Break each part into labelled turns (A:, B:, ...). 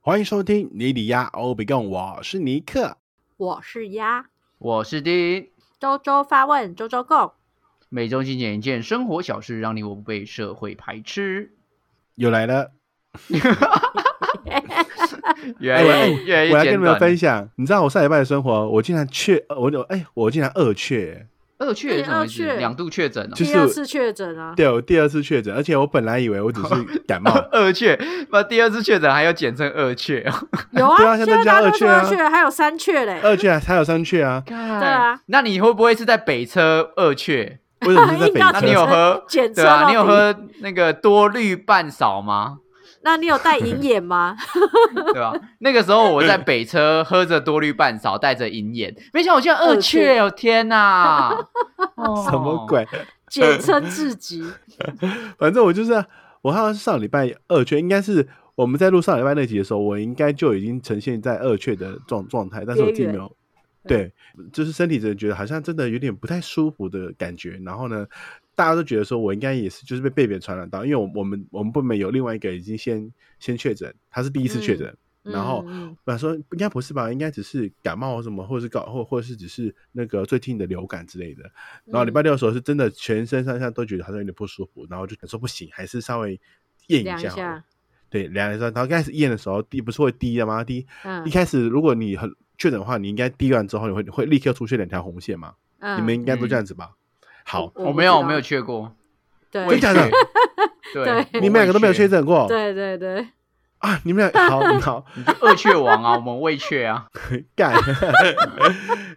A: 欢迎收听尼里亚欧比贡，我是尼克。
B: 我是鸭，
C: 我是丁，
B: 周周发问，周周共。
C: 每周精简一件生活小事，让你我不被社会排斥。
A: 又来了，
C: 越
A: 哎、
C: 来
A: 我
C: 越越来越
A: 我来跟你
C: 简
A: 们
C: 短。
A: 分享，你知道我上礼拜的生活，我竟然确，我有哎、我竟然二确，
C: 二确是什
B: 对
C: 么意
B: 二
C: 思？
B: 确
C: 两度确诊哦
A: 就。是
B: 第二次确诊啊，
A: 对，我第二次确诊，而且我本来以为我只是感 冒，
C: 二确，把第二次确诊还要简称二确 哦。
B: 有
A: 对啊
B: 啊，
A: 现
B: 现
A: 在
B: 在
A: 加
B: 大
A: 二
B: 家
A: 确
B: 都
A: 啊
B: 二确，还有三确嘞。
A: 二确还有三确啊，
C: 对
B: 啊，
C: 那你会不会是在北车二确？
A: 为什么是在北
B: 硬到
C: 那
B: 底
C: 啊你有
A: 车？
C: 喝？
B: 简
C: 对
B: 称
C: 啊，
B: 到
C: 你有
B: 底
C: 喝那个多氯半少吗？
B: 那你有戴银眼吗？
C: 对吧？那个时候我在北车喝着多氯半少，戴着银眼，没想到我竟然二确哦！天哪，
A: 什
B: 哦
C: 什
A: 么？鬼？
B: 简称至极。
A: 反正我就是，啊我好像是上礼拜二确，应该是我们在录上礼拜那集的时候，我应该就已经呈现在二确的状状态，但是我自己没有。对，就是身体真的觉得好像真的有点不太舒服的感觉，然后呢，大家都觉得说我应该也是就是被被别人传染到，因为我我们我们部门有另外一个已经先先确诊，他是第一次确诊， 然后
B: 嗯
A: 我想说应该不是吧，应该只是感冒什么，或者是搞或或者是只是那个最近的流感之类的。
B: 嗯
A: 然后礼拜六的时候是真的全身上下都觉得好像有点不舒服，然后就想说不行，还是稍微验
B: 量
A: 一
B: 一
A: 下好了
B: 下，
A: 对，量一下。然后开始验的时候，滴不是会滴的吗？滴、
B: 嗯
A: 一开始如果你很确诊的话，你应该滴完之后你会会立刻出现两条红线嘛？
B: 嗯
A: 你们应该都这样子吧？好，
C: 我哦没有，我没有
B: 知
C: 缺过。
B: 道
A: 真
B: 对
A: 假的？
C: 对，
A: 你们两个都没有确诊过？
B: 对对对，
A: 啊，你们俩好好
C: 二雀王啊，我们未雀啊，
A: 干，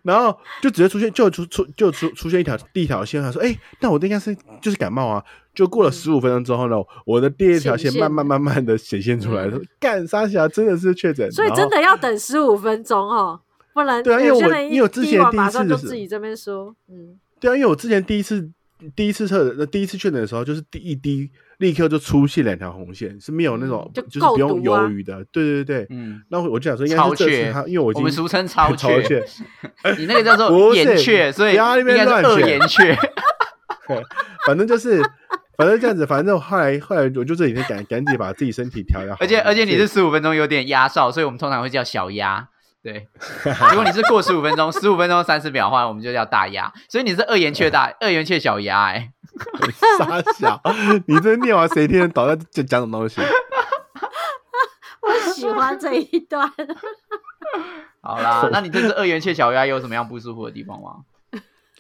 A: 然后就直接出现，就出出就出出现一条第一条线，他说：“哎、那我应该是就是感冒啊。”就过了
B: 嗯
A: 十五分钟之后呢，我的第二条线
B: 显现
A: 慢慢慢慢的显现出来，
B: 嗯
A: 说：“干，沙霞真的是确诊。”
B: 所以
A: 然后
B: 真的要等十五分钟哦，不然
A: 对啊因为
B: 有些
A: 我
B: 人
A: 因为我
B: 一
A: 之
B: 滴
A: 前
B: 完
A: 第一
B: 马
A: 次
B: 上
A: 的
B: 就
A: 时
B: 自己这边说，嗯，
A: 对啊，因为我之前第一次第一次测呃第一次确诊的时候，就是第一滴立刻就出现两条红线，是没有那种、
B: 嗯就
A: 就是不用
B: 够毒啊
A: 犹豫的。对对对，
C: 嗯，
A: 那我我就想说应该是这
C: 超
A: 次
C: 确
A: 他，因为我已
C: 我
A: 经
C: 们俗称超
A: 超
C: 雀，你那个
A: 不
C: 叫做
A: 是
C: 岩雀，所以
A: 不要在那
C: 应
A: 边
C: 该是
A: 乱
C: 二
A: 选
C: 岩雀。
A: 反正就是，反正这样子，反正后来后来我就这几天赶赶紧把自己身体调养好。
C: 而且而且你
A: 所
C: 是
A: 以
C: 十五分钟有点压哨，所以我们通常会叫小压。对，如果你是过十五分钟，十五分钟三十秒的话，我们就叫大压。所以你是二岩雀大，二岩雀小压、哎，
A: 傻小， 你这念完谁听得懂？那就讲什么东西？
B: 我喜欢这一段。
C: 好啦，那你这次二岩雀小压有什么样不舒服的地方吗？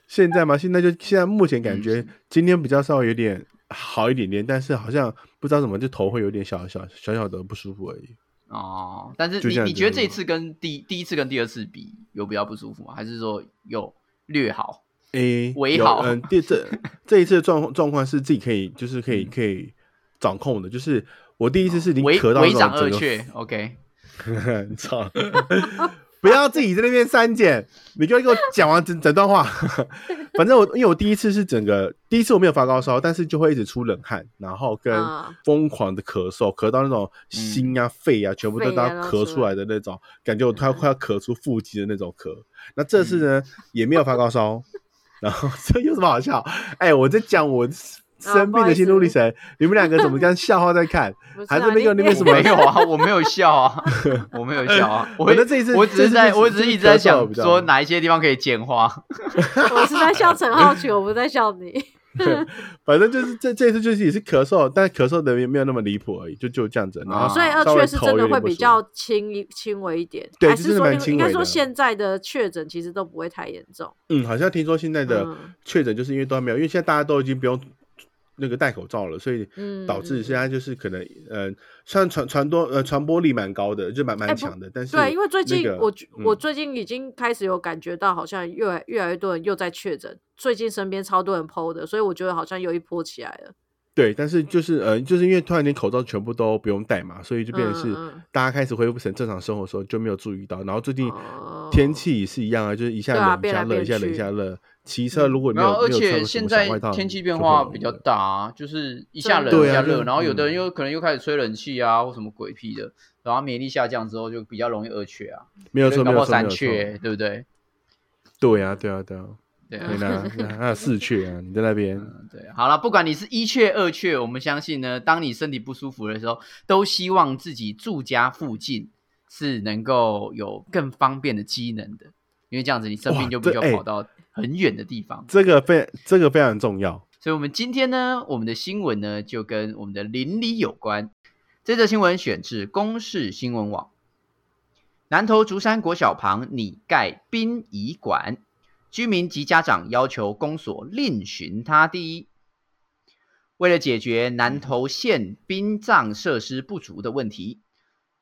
A: 现在吗？现在就现在目前感
C: 嗯
A: 觉今天比较稍微有点好一点点，但是好像不知道怎么就头会有点小小小小的不舒服而已。
C: 哦，但是
A: 就这
C: 你
A: 样
C: 你
A: 子
C: 觉得
A: 而已
C: 这一
A: 嘛
C: 次跟第第一次跟第二次比有比较不舒服吗？还是说有略好？
A: 诶、
C: 为
A: 有
C: 好
A: 嗯，第这这一次的状况状况是自己可以，就是可以
C: 嗯
A: 可以掌控的，就是。我第一次是已经
C: 微
A: 咳到
C: 微
A: 那
C: 长
A: 种
C: 二
A: 整
C: 雀，OK。
A: 个，你操！不要自己在那边删减，你给我给我讲完整整段话。 反正我因为我第一次是整个第一次我没有发高烧，但是就会一直出冷汗，然后跟
B: 啊
A: 疯狂的咳嗽，咳到那种心啊、肺啊全部都
B: 肺
A: 当
B: 啊都
A: 咳
B: 出嗯
A: 出来的那种感觉，我快快要咳出腹肌的那种咳。那这次呢也没有发高烧，然后 这有什么好笑？哎，我在讲我
B: 啊
A: 生病的心路历程，你们两个怎么像笑话在看？
B: 不是
A: 还
B: 啊
A: 是那个
B: 你
A: 那边
B: 你
A: 什
C: 我
A: 么呃
C: 没有啊，我没有 笑啊，我没有笑啊。我
A: 反正这一次
C: 我只
A: 这次
C: 是在，
A: 就是
C: 我只是一直
A: 就是
C: 在
A: 咳嗽
C: 想
A: 比较
C: 说哪一些地方可以简化。
B: 我是在笑陈浩群，我不在笑你。
A: 反正就是这这次就是也是咳嗽，但咳嗽的也没有那么离谱而已，就就这样子。然后
C: 啊
B: 哦所以二
A: 稍微
B: 确是真
A: 头有
B: 的
A: 点
B: 会
A: 不
B: 比
A: 舒服
B: 较轻一轻微一点，
A: 对
B: 还
A: 就是真的
B: 说
A: 蛮
B: 因为
A: 轻
B: 应该
A: 微
B: 说
A: 的
B: 现在的确诊其实都不会太严重。
A: 嗯，好像听说现在的
B: 嗯
A: 确诊就是因为都还没有，因为现在大家都已经不用那个戴口罩了，所以
B: 嗯
A: 导致现在就是可能呃，虽然传传多呃传播力蛮高的，就蛮蛮
B: 哎不
A: 强的，但是
B: 对，因为最近
A: 那个
B: 我觉、我
A: 嗯
B: 最近已经开始有感觉到，好像越来越来越多人又在确诊，最近身边超多人 PO 的，所以我觉得好像有一波起来了。
A: 对，但是就是呃，就是因为突然间口罩全部都不用戴嘛，所以就变成是
B: 嗯嗯嗯
A: 大家开始恢复成正常生活的时候就没有注意到，然后最近
B: 哦
A: 天气也是一样啊，就是一下
B: 对啊
A: 冷一
B: 变
A: 下
B: 来
A: 热，一
B: 变
A: 下冷一
B: 去
A: 下热。骑车如果你
C: 没
A: 有
C: 有，嗯而
A: 没有穿
C: 且
A: 过什
C: 现
A: 么小
C: 在
A: 外套
C: 天气变
A: 就会
C: 化
A: 冷
C: 比较
A: 的
C: 大啊，就是一下冷
B: 对
C: 一
B: 啊
C: 下
A: 就
C: 热，然后有的人
A: 嗯
C: 又可能又开始吹冷气啊，或什么鬼屁的，然后免疫力下降之后就比较容易二缺啊，
A: 没有
C: 所
A: 错，
C: 以搞
A: 没有
C: 不好
A: 错，没
C: 三
A: 有错。
C: 缺，对不对？
A: 对啊，对啊， 对啊，
C: 对啊
A: 对啦，那还有四雀啊，你在那边，
C: 嗯对，好了，不管你是一雀二雀，我们相信呢，当你身体不舒服的时候，都希望自己住家附近是能够有更方便的机能的，因为这样子你生病
A: 哇
C: 就
A: 这
C: 不需要
A: 哎
C: 跑到很远的地方。
A: 这个非这个非常重 要。
C: 所以，我们今天呢，我们的新闻呢就跟我们的邻里有关。这则新闻选自公视新闻网。南投竹山国小旁拟盖殡仪馆，居民及家长要求公所另寻他地。为了解决南投县殡葬设施不足的问题，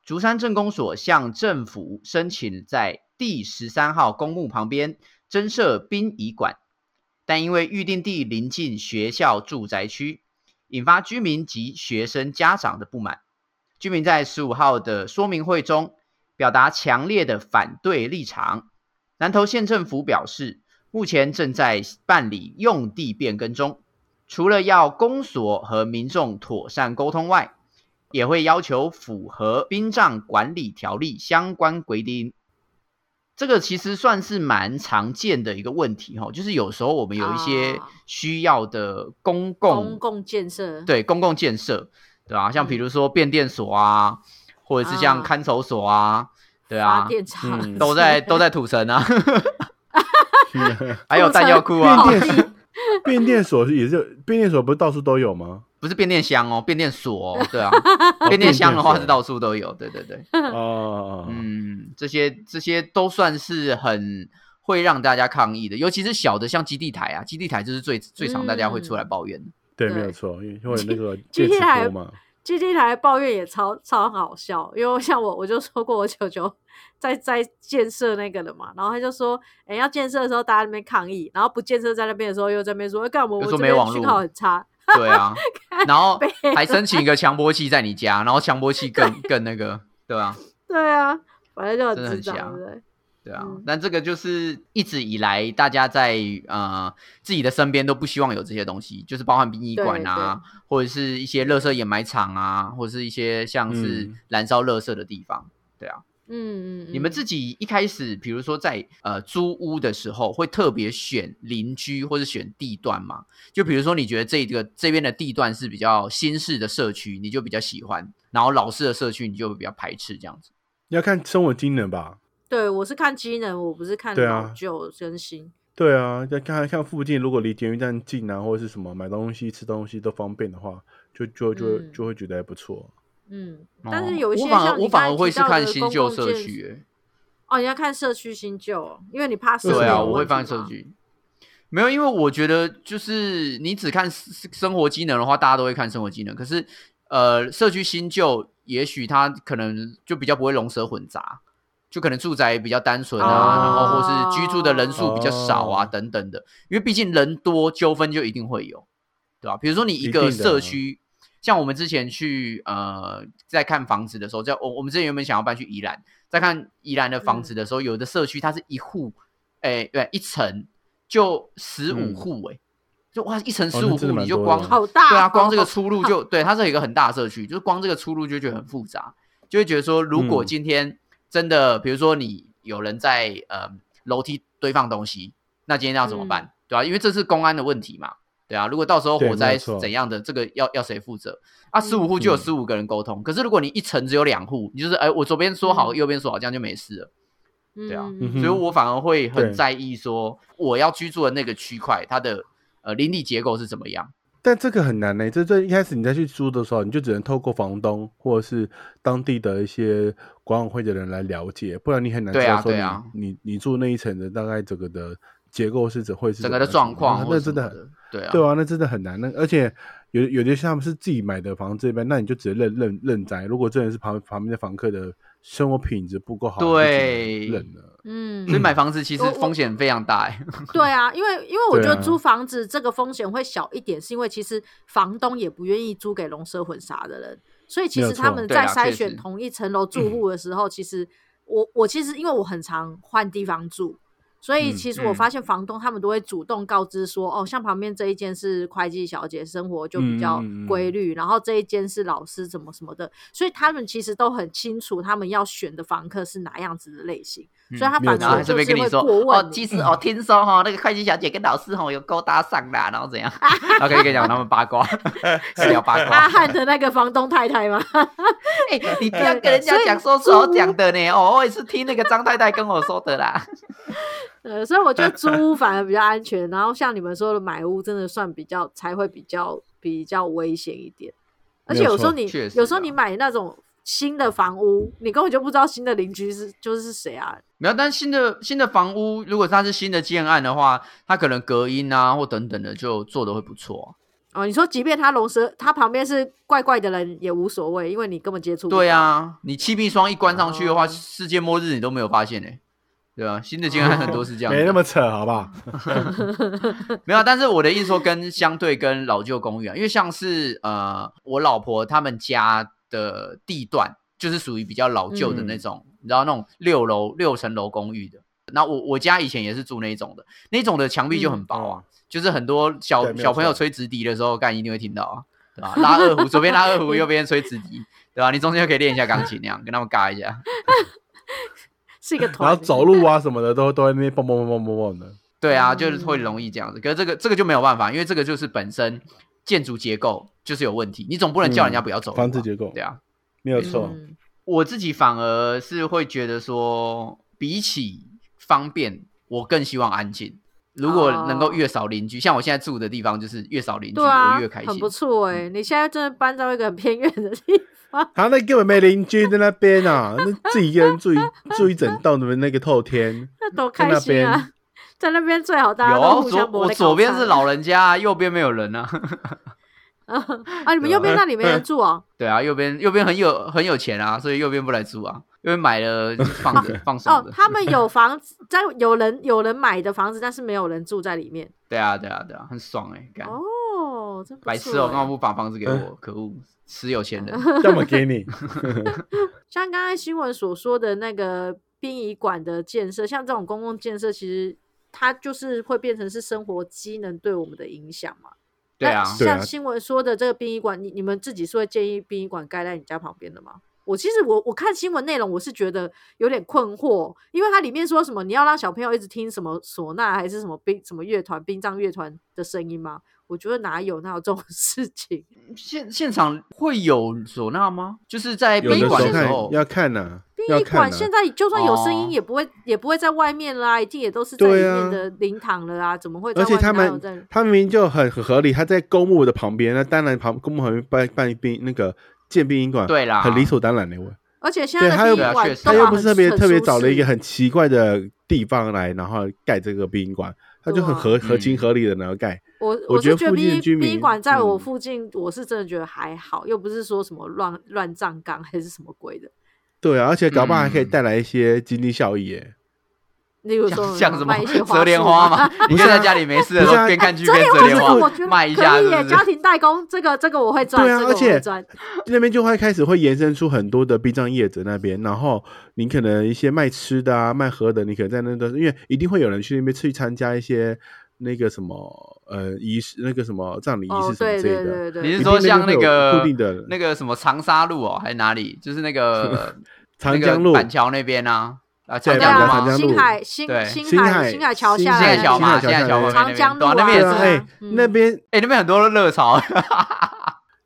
C: 竹山镇公所向政府申请在第十三号公墓旁边增设殡仪馆，但因为预定地临近学校住宅区，引发居民及学生家长的不满。居民在十五号的说明会中表达强烈的反对立场。南投县政府表示，目前正在办理用地变更中，除了要公所和民众妥善沟通外，也会要求符合殡葬管理条例相关规定。这个其实算是蛮常见的一个问题哈，就是有时候我们有一些
B: 啊
C: 需要的公共
B: 公共建设，
C: 对公共建设，对啊，像
B: 嗯
C: 比如说变电所啊，或者是像
B: 啊
C: 看守所啊，对
B: 发
C: 啊，
B: 电 厂、
A: 嗯
C: 都在都在土城 啊，还有
B: 土城
C: 弹药库
A: 变
C: 啊，
A: 电所，变电所也是变电所，不是到处都有 吗？
C: 不是变电箱哦，变电所哦，对啊，
A: 哦
C: 变电箱的话
A: 所
C: 是到处都有，对对对，
A: 哦，
C: 嗯，这些这些都算是很。会让大家抗议的，尤其是小的，像基地台啊，基地台就是最最常大家会出
B: 嗯
C: 来抱怨的。
A: 对，
B: 对
A: 没有错，因为因为那个电
B: 今
A: 磁
B: 天还
A: 波嘛，
B: G T 台抱怨也超超好笑，因为像我我就说过我舅舅 在在建设那个的嘛，然后他就说，哎、要建设的时候大家在那边抗议，然后不建设在那边的时候又在那边说，哎干我
C: 又
B: 我
C: 说
B: 这
C: 没网
B: 边
C: 络
B: 信号很差，
C: 对啊，然后
B: 被
C: 还申请一个强迫器在你家，然后强迫器 更更那个，对啊。
B: 对啊，反正就
C: 真的
B: 很智障，
C: 很瞎
B: 对不对？
C: 对啊
B: 嗯，
C: 那这个就是一直以来大家在呃自己的身边都不希望有这些东西，就是包含殡仪馆啊，或者是一些垃圾掩埋场啊，或者是一些像是
A: 嗯
C: 燃烧垃圾的地方。
B: 嗯嗯，
C: 你们
B: 嗯
C: 自己一开始，比如说在呃租屋的时候，会特别选邻居或者选地段吗？就比如说你觉得这个这边的地段是比较新式的社区，你就比较喜欢，然后老式的社区你就比较排斥这样子。
A: 要看生活机能吧。
B: 对我是看机能，我不是看
A: 对
B: 老
A: 啊
B: 旧更新，
A: 对啊，要看看附近，如果离捷运站近啊，或者是什么买东西、吃东西都方便的话，就就就
B: 嗯
A: 就会觉得还不错。
B: 嗯，但是
C: 哦
B: 有一些
C: 我反而
B: 像你
C: 我反
B: 刚才
C: 而会
B: 提
C: 是
B: 到
C: 看
B: 的
C: 新
B: 公
C: 旧
B: 共
C: 社
B: 建
C: 区、欸，
B: 哦，你要看社区新旧哦，因为你怕社
A: 为
B: 区
A: 什
C: 对
A: 么
C: 啊，
B: 有
C: 我会
B: 问
C: 放
B: 题
C: 社
B: 嘛，
C: 区。没有，因为我觉得就是你只看生生活机能的话，大家都会看生活机能。可是，呃，社区新旧，也许它可能就比较不会龙蛇混杂，就可能住宅比较单纯啊，
B: 哦
C: 然后或是居住的人数比较少啊，
A: 哦
C: 等等的。因为毕竟人多，纠纷就一定会有，对吧、比如说你一
A: 一
C: 个
A: 定的
C: 社
A: 啊
C: 区，像我们之前去呃在看房子的时候，在我我们之前原本想要搬去宜兰，在看宜兰的房子的时候，有的社区它是一户，哎、对，一层就十五
A: 嗯
C: 户、哎、就哇，一层
A: 哦
C: 十五
A: 那真的
C: 户，
A: 蛮
C: 你就
A: 多
C: 光、
A: 的
B: 好大哦，
C: 对啊，光这个出入就对，它是有一个很大的社区，就是光这个出入就觉得很复杂，就会觉得说，如果
A: 嗯
C: 今天真的，比如说你有人在呃楼梯堆放东西，那今天要怎么
B: 嗯
C: 办？对啊，因为这是公安的问题嘛，对啊，如果到时候
A: 对
C: 火
A: 没
C: 灾
A: 有错
C: 怎样的，这个要要谁负责？啊，十五
B: 嗯
C: 户就有
A: 嗯
C: 十五个人沟通，可是如果你一层只有两户，你就是哎，我左边说好，
B: 嗯
C: 右边说好，这样就没事了。
B: 嗯，
C: 对啊
B: 嗯
A: 嗯
B: 嗯
A: 哼
C: 所以我反而会很
A: 对
C: 在意说，我要居住的那个区块，它的呃邻里结构是怎么样。
A: 但这个很难呢、欸这这一开始你再去租的时候，你就只能透过房东或者是当地的一些管委会的人来了解，不然你很难知
C: 对啊
A: 道说
C: 对
A: 你、
C: 啊
A: 你你住那一层的大概整个的结构是怎会是
C: 整
A: 怎
C: 个
A: 么
C: 的
A: 样
C: 状况
A: 那
C: 或
A: 那
C: 者什
A: 真
C: 么
A: 的
C: 的，
A: 很
C: 对啊，
A: 对啊，那真的很难。那而且有有些像他们是自己买的房子这边，那你就只能认认认栽。如果真的是旁旁边的房客的生活品质不够好，
C: 对
A: 你就只能忍了。
B: 嗯
C: 所以买房子其
B: 我
C: 实
B: 我
C: 风险非常大、欸，
B: 对啊，因为因为我觉
A: 对啊
B: 得租房子这个风险会小一点，是因为其实房东也不愿意租给龙蛇混杂的人，所以其
A: 没
B: 实
A: 有错
B: 他们在
C: 对啊
B: 筛
C: 确
B: 选
C: 实
B: 同一层楼住户的时候，其实我我其实因为我很常换地方住，所以
A: 嗯
B: 其实我
C: 嗯
B: 发现房东他们都会主动告知说，哦，像旁边这一间是会计小姐，生活就比较
A: 嗯嗯嗯
B: 规律，然后这一间是老师怎么什么的，所以他们其实都很清楚他们要选的房客是哪样子的类型，所以他
A: 嗯没有
B: 反
C: 然后
B: 而
C: 还
B: 就
C: 顺便
B: 是
C: 跟
B: 会
C: 说
B: 过
C: 哦
B: 问，
C: 其
B: 你。
C: 实哦，听说哈、那个会计小姐跟老师哈、有勾搭上啦，然后 怎样？然后可以跟你讲他们八卦，
B: 是
C: 聊八
B: 阿
C: 卦。
B: 汉的那个房东太太吗？
C: 哎、你不要跟人家讲说是我讲的呢，哦，我也是听那个张太太跟我说的啦。
B: 呃，所以我觉得租屋反而比较安全，然后像你们说的买屋，真的算比较才会比较比较危险一点。而且
A: 没有
B: 有时候
A: 错
B: 你
C: 确实
B: 有时候
C: 啊
B: 你买那种新的房屋，你根本就不知道新的邻居是就是是谁啊，
C: 没有，但新的新的房屋，如果它是新的建案的话，它可能隔音啊或等等的就做的会不错、
B: 哦，你说即便他龙蛇，他旁边是怪怪的人也无所谓，因为你根本接触不
C: 对
B: 到，
C: 啊，你气密窗一关上去的话，
B: 哦
C: 世界末日你都没有发现呢、对啊，新的建案很多是这样 的，
A: 没那么扯，好不 好？
C: 没有啊，但是我的意思说跟，相对跟老旧公寓啊，因为像是呃，我老婆他们家的地段就是属于比较老旧的
A: 嗯
C: 那种，你知道那种六楼六层楼公寓的。那我我家以前也是住那一种的，那种的墙壁就很薄啊，就是很多
A: 嗯对
C: 小
A: 没有
C: 小朋友
A: 错
C: 吹直笛的时候，干一定会听到啊，对吧？拉 二胡，左边拉二胡，右边吹直笛，对吧？你中间就可以练一下钢琴那样，跟他们尬一下。
B: 是一个
A: 然
B: 团。
A: 后走路啊什么的都都在那边蹦蹦蹦蹦蹦蹦的。
C: 对
B: 哦
C: 啊，就是会容易这样子。可是这个这个就没有办法，因为这个就是本身建筑结构就是有问题，你总不能叫人家不要走路吧、
A: 房子结构
C: 对啊，
A: 没有错，
B: 嗯
C: 我自己反而是会觉得说，比起方便，我更希望安静。如果能够
B: 哦
C: 越少邻居，像我现在住的地方就是越少邻居，
B: 对啊
C: 我越开，心嗯
B: 很。不错哎、你现在真的搬到一个很偏远的地方，
A: 他那根本没邻居在那边啊，那自己一个人住一住一整栋的那个透天，
B: 那 多
A: 在
B: 开
A: 那
B: 心
A: 边
B: 啊！ 在那边最好大家
C: 有
B: 都
C: 啊
B: 互
C: 左
B: 相磨
C: 我
B: 得
C: 左边
B: 搞惨
C: 是老人家，右边没有人啊。
B: 啊，你们右边那里没人住哦，
C: 对啊，右边右边很有很有钱啊，所以右边不来住啊，右边买了 就是放着放 手
B: 哦
C: 的，。
B: 他们有房子，在有人有人买的房子，但是没有人住在里面。
C: 对啊对啊对啊，很爽哎、干。
B: 哦，真不
C: 白痴
B: 错
C: 哦、
B: 欸
C: 干嘛不把房子给我？
A: 嗯
C: 可恶，死有钱人！
A: 要么给 你。
B: 像刚才新闻所说的那个殡仪馆的建设，像这种公共建设，其实它就是会变成是生活机能对我们的影响嘛。
C: 对啊，
B: 那
A: 对啊
B: 像新闻说的这个殡仪馆，你你们自己是会建议殡仪馆盖在你家旁边的吗？我其实我我看新闻内容，我是觉得有点困惑，因为它里面说什么你要让小朋友一直听什么唢呐还是什么殡什么乐团殡葬乐团的声音吗？我觉得哪有哪有这种事情？
C: 现现场会有唢呐吗？就是在
A: 有
C: 宾
A: 的
C: 哎馆的
A: 候
C: 时
A: 看
C: 候，
A: 要看呐，
B: 殡
A: 要
B: 仪
A: 看啊
B: 馆
A: 呐。
B: 现在就算有声
C: 哦
B: 音，也不会、也不会在外面啦，一定也都是在里
A: 对
B: 面
A: 啊
B: 的灵堂了啊，怎么会在
A: 而
B: 外
A: 且
B: 面？
A: 他
B: 哪有
A: 们
B: 在
A: 他们明明就很很合理，他在公墓的旁边，那当然旁公墓旁边办办殡那个建殡仪馆，
C: 对啊啦
A: 很理所当然的。我
B: 而且现
A: 对
B: 在的
A: 他又
B: 殡仪
C: 对
B: 馆
C: 啊确实
B: 都
A: 他又不是特别
B: 很
A: 特别找了一个，
B: 很舒适
A: 很奇怪的地方来，然后盖这个殡仪馆，他就很
B: 啊
A: 合合
C: 嗯
A: 情合理的然后盖。
B: 我
A: 我
B: 我
A: 觉
B: 是
A: 得
B: 觉得
A: 附近
B: 殡
A: 的
B: 仪
A: 居民
B: 殡仪馆在我
A: 嗯
B: 附近，我是真的觉得还好，又不是说什么乱乱葬岗还是什么鬼的。
A: 对啊，而且搞不好还可以
C: 嗯
A: 带来一些经济效益耶。
B: 例如说
C: 像像什么
B: 卖一些
C: 折莲花
B: 嘛，
C: 嘛？你可以在家里没事的时
A: 不是
C: 候
A: 啊
C: 边看剧
B: 哎折
C: 边
B: 莲花
C: 折莲
B: 这个我觉
C: 花，
B: 得
C: 卖一下
B: 可
C: 是
B: 以
C: 不
B: 耶，
C: 是
B: 家？庭代工这个这个我会赚，
A: 对啊
B: 这个我
A: 而且
B: 会赚。
A: 那边就会开始会延伸出很多的殡葬业者那边，然后你可能一些卖吃的啊、卖喝的，你可能在那个，因为一定会有人去那边去参加一些那个什么呃仪式，那个什么葬礼仪
B: 哦
A: 式，什么
B: 对
A: 之类
B: 对
A: 的。
B: 对对，啊
C: 你
A: 一定
C: 是说
A: 那边
C: 像
A: 会
C: 那
A: 有
C: 个
A: 固定的
C: 那个什么长沙路哦，还哪里？就是那个
A: 长江路
C: 那个板桥那边啊，啊，
A: 对
B: 对
C: 长江
A: 板
C: 路
A: 桥长
B: 啊，
C: 吗
A: 江？
B: 新
A: 路
B: 海新
C: 对
B: 新
A: 新
B: 海
A: 海
B: 新海桥下
A: 新
C: 现
A: 海
C: 在
B: 来
C: 桥嘛，
A: 新
C: 现
A: 海桥
C: 在桥旁边
B: 长江路
C: 对啊那边
A: 对
C: 也
A: 啊，
B: 哇
C: 是，
A: 哎、
B: 嗯
A: 那边
C: 哎，那边很多热潮，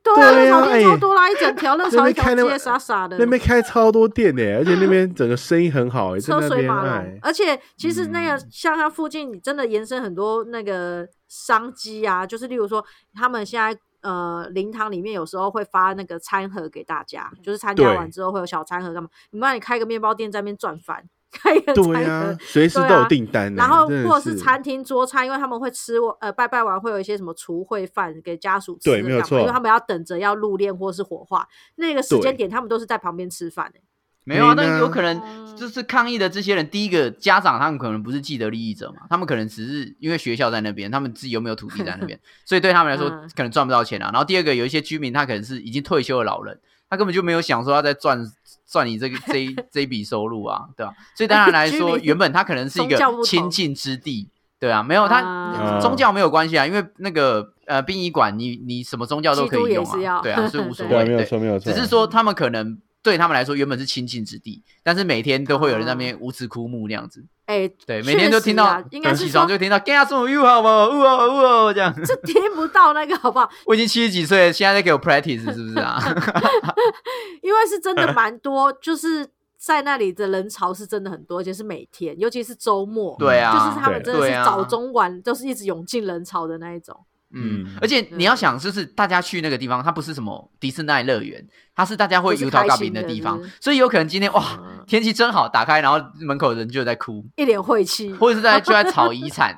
B: 对啊，
A: 对
B: 热
A: 啊
B: 炒店
A: 哎
B: 超多啦，一整条热
A: 那
B: 炒
A: 边
B: 一条
A: 开那
B: 街，
A: 么
B: 傻傻的，
A: 那边开超多店的耶，而且那边整个生意很好哎，在
B: 车
A: 那
B: 水
A: 边
B: 马
A: 哎
B: 龙。，而且其实那个
C: 嗯
B: 像它附近，你真的延伸很多那个商机啊，就是例如说他们现在。呃，灵堂里面有时候会发那个餐盒给大家，
A: 嗯
B: 就是参加
A: 对
B: 完之后会有小餐盒干嘛？你不然你开个面包店在那边赚翻，开个餐盒，
A: 对啊，随时
B: 对
A: 都
B: 啊
A: 有订单呢、
B: 然后
A: 真的
B: 或者是
A: 是
B: 餐厅桌餐，因为他们会吃完呃拜拜完会有一些什么除秽饭给家属吃，
A: 对
B: 干
A: 没有
B: 嘛
A: 错
B: 因为他们要等着要入殓或是火化那个时间
A: 对
B: 点，他们都是在旁边吃饭的、欸
C: 没有啊，
A: 没呢
C: 但有可能
B: 哦
C: 就是抗议的这些人，第一个家长他们可能不是既得利益者嘛，他们可能只是因为学校在那边，他们自己有没有土地 在那边，所以对他们来说
B: 嗯
C: 可能赚不到钱啊。然后第二个有一些居民他可能是已经退休的老人，他根本就没有想说要再赚赚你这个这 一这一笔收入啊，对吧、所以当然来
B: 居
C: 说，
B: 民
C: 原本它可能是一
B: 宗教不同
C: 个清净之地，对啊，没有它
B: 啊
C: 宗教没有关系啊，因为那个呃殡仪馆你你什么宗教都可
B: 基督
C: 以
B: 也
C: 用
B: 是
C: 啊，
B: 要
C: 对啊，所以 无所
A: 对啊，
C: 谓，
A: 没有
C: 对，
A: 错，没有错，
C: 只是说他们可能对他们来说原本是清净之地，但是每天都会有人在那边无耻枯木那样子。
B: 哎、
C: 对，
B: 确
C: 每天都听到，
B: 实啊应该是
C: 起床
B: 说
C: 就听到 “get some you 好不好？呜哦呜哦”这样。
B: 这听不到那个好不好？
C: 我已经七十几岁了，现在在给我 practice 是不是啊？
B: 因为是真 的蛮多，就是在那里的人潮是真的很多，而且是每天，尤其是周末，
C: 对
B: 就
C: 啊，
B: 是他们真的
C: 对
B: 是
C: 啊
B: 早中晚都是一直涌进人潮的那一种。
C: 嗯
A: 嗯，
C: 而且你要想，就是大家去那个地方，它不是什么迪士尼乐园，它是大家会
B: 就是
C: 游到
B: 开
C: 尬
B: 心
C: 宾的
B: 的
C: 地
B: 是
C: 方
B: 不是，
C: 所以有可能今天哇
B: 嗯
C: 天气真好，打开然后门口人就在哭，
B: 一脸晦气，
C: 或者是在就在吵遗产，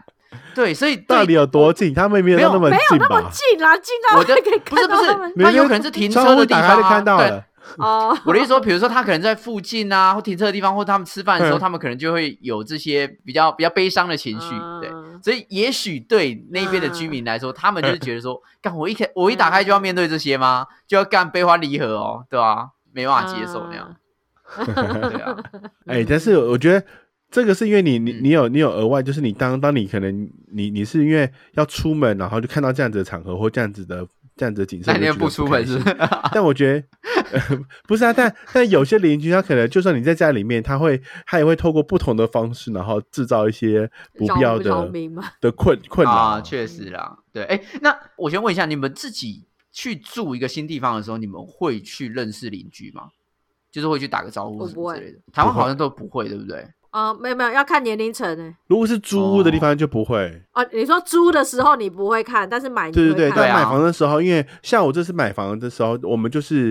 C: 对，所以
A: 到
C: 对
A: 底有多近？他们没有
C: 没有
A: 到那么
B: 没有
A: 近
B: 那么
A: 吧？
B: 近啦，近到
C: 我的
B: 还可以
C: 不
B: 看
C: 是不
B: 到
C: 是
B: 他们，
A: 你
C: 它有
A: 就
C: 可能是停
A: 窗
C: 车的
A: 户
C: 地
A: 打开
C: 方
A: 就
C: 啊
A: 看到
C: 对
A: 了，
B: 哦。
C: 我的意思说，比如说他可能在附近啊，或停车的地方，或他们吃饭的时候，
A: 嗯
C: 他们可能就会有这些比较比较悲伤的情绪，对。
B: 嗯
C: 所以也许对那边的居民来说，他们就是觉得说，干我一开我一打开就要面对这些吗？就要干悲欢离合哦，对吧、没办法接受
B: 嗯
C: 那样，对啊，
A: 哎、但是我觉得这个是因为你你
C: 嗯
A: 你有你有额外，就是你当当你可能你你是因为要出门，然后就看到这样子的场合或这样子的这样子的景色，
C: 那
A: 你
C: 你
A: 就
C: 也
A: 觉得
C: 不出门
A: 开
C: 是
A: 心
C: 不是？
A: 但我觉得、 呃、不是啊，但但有些邻居他可能就算你在家里面，他会他也会透过不同的方式，然后制造一些不必要
B: 扰
A: 的
B: 民嘛，
A: 的困困扰。
C: 啊，确实啦，对，哎，那我先问一下，你们自己去住一个新地方的时候，你们会去认识邻居吗？就是会去打个招呼
B: 我
C: 什
B: 不
C: 么
B: 会
C: 之类的？台湾
A: 不会
C: 好像都不会，对不对？
B: 啊，没有没有，要看年龄层诶。
A: 如果是租屋的地方就不会，
B: 哦，你说租的时候你不会看，但是买你
A: 对对
B: 会
A: 对。
B: 看
A: 但
C: 对啊
A: 买房的时候，因为像我这次买房的时候，我们就是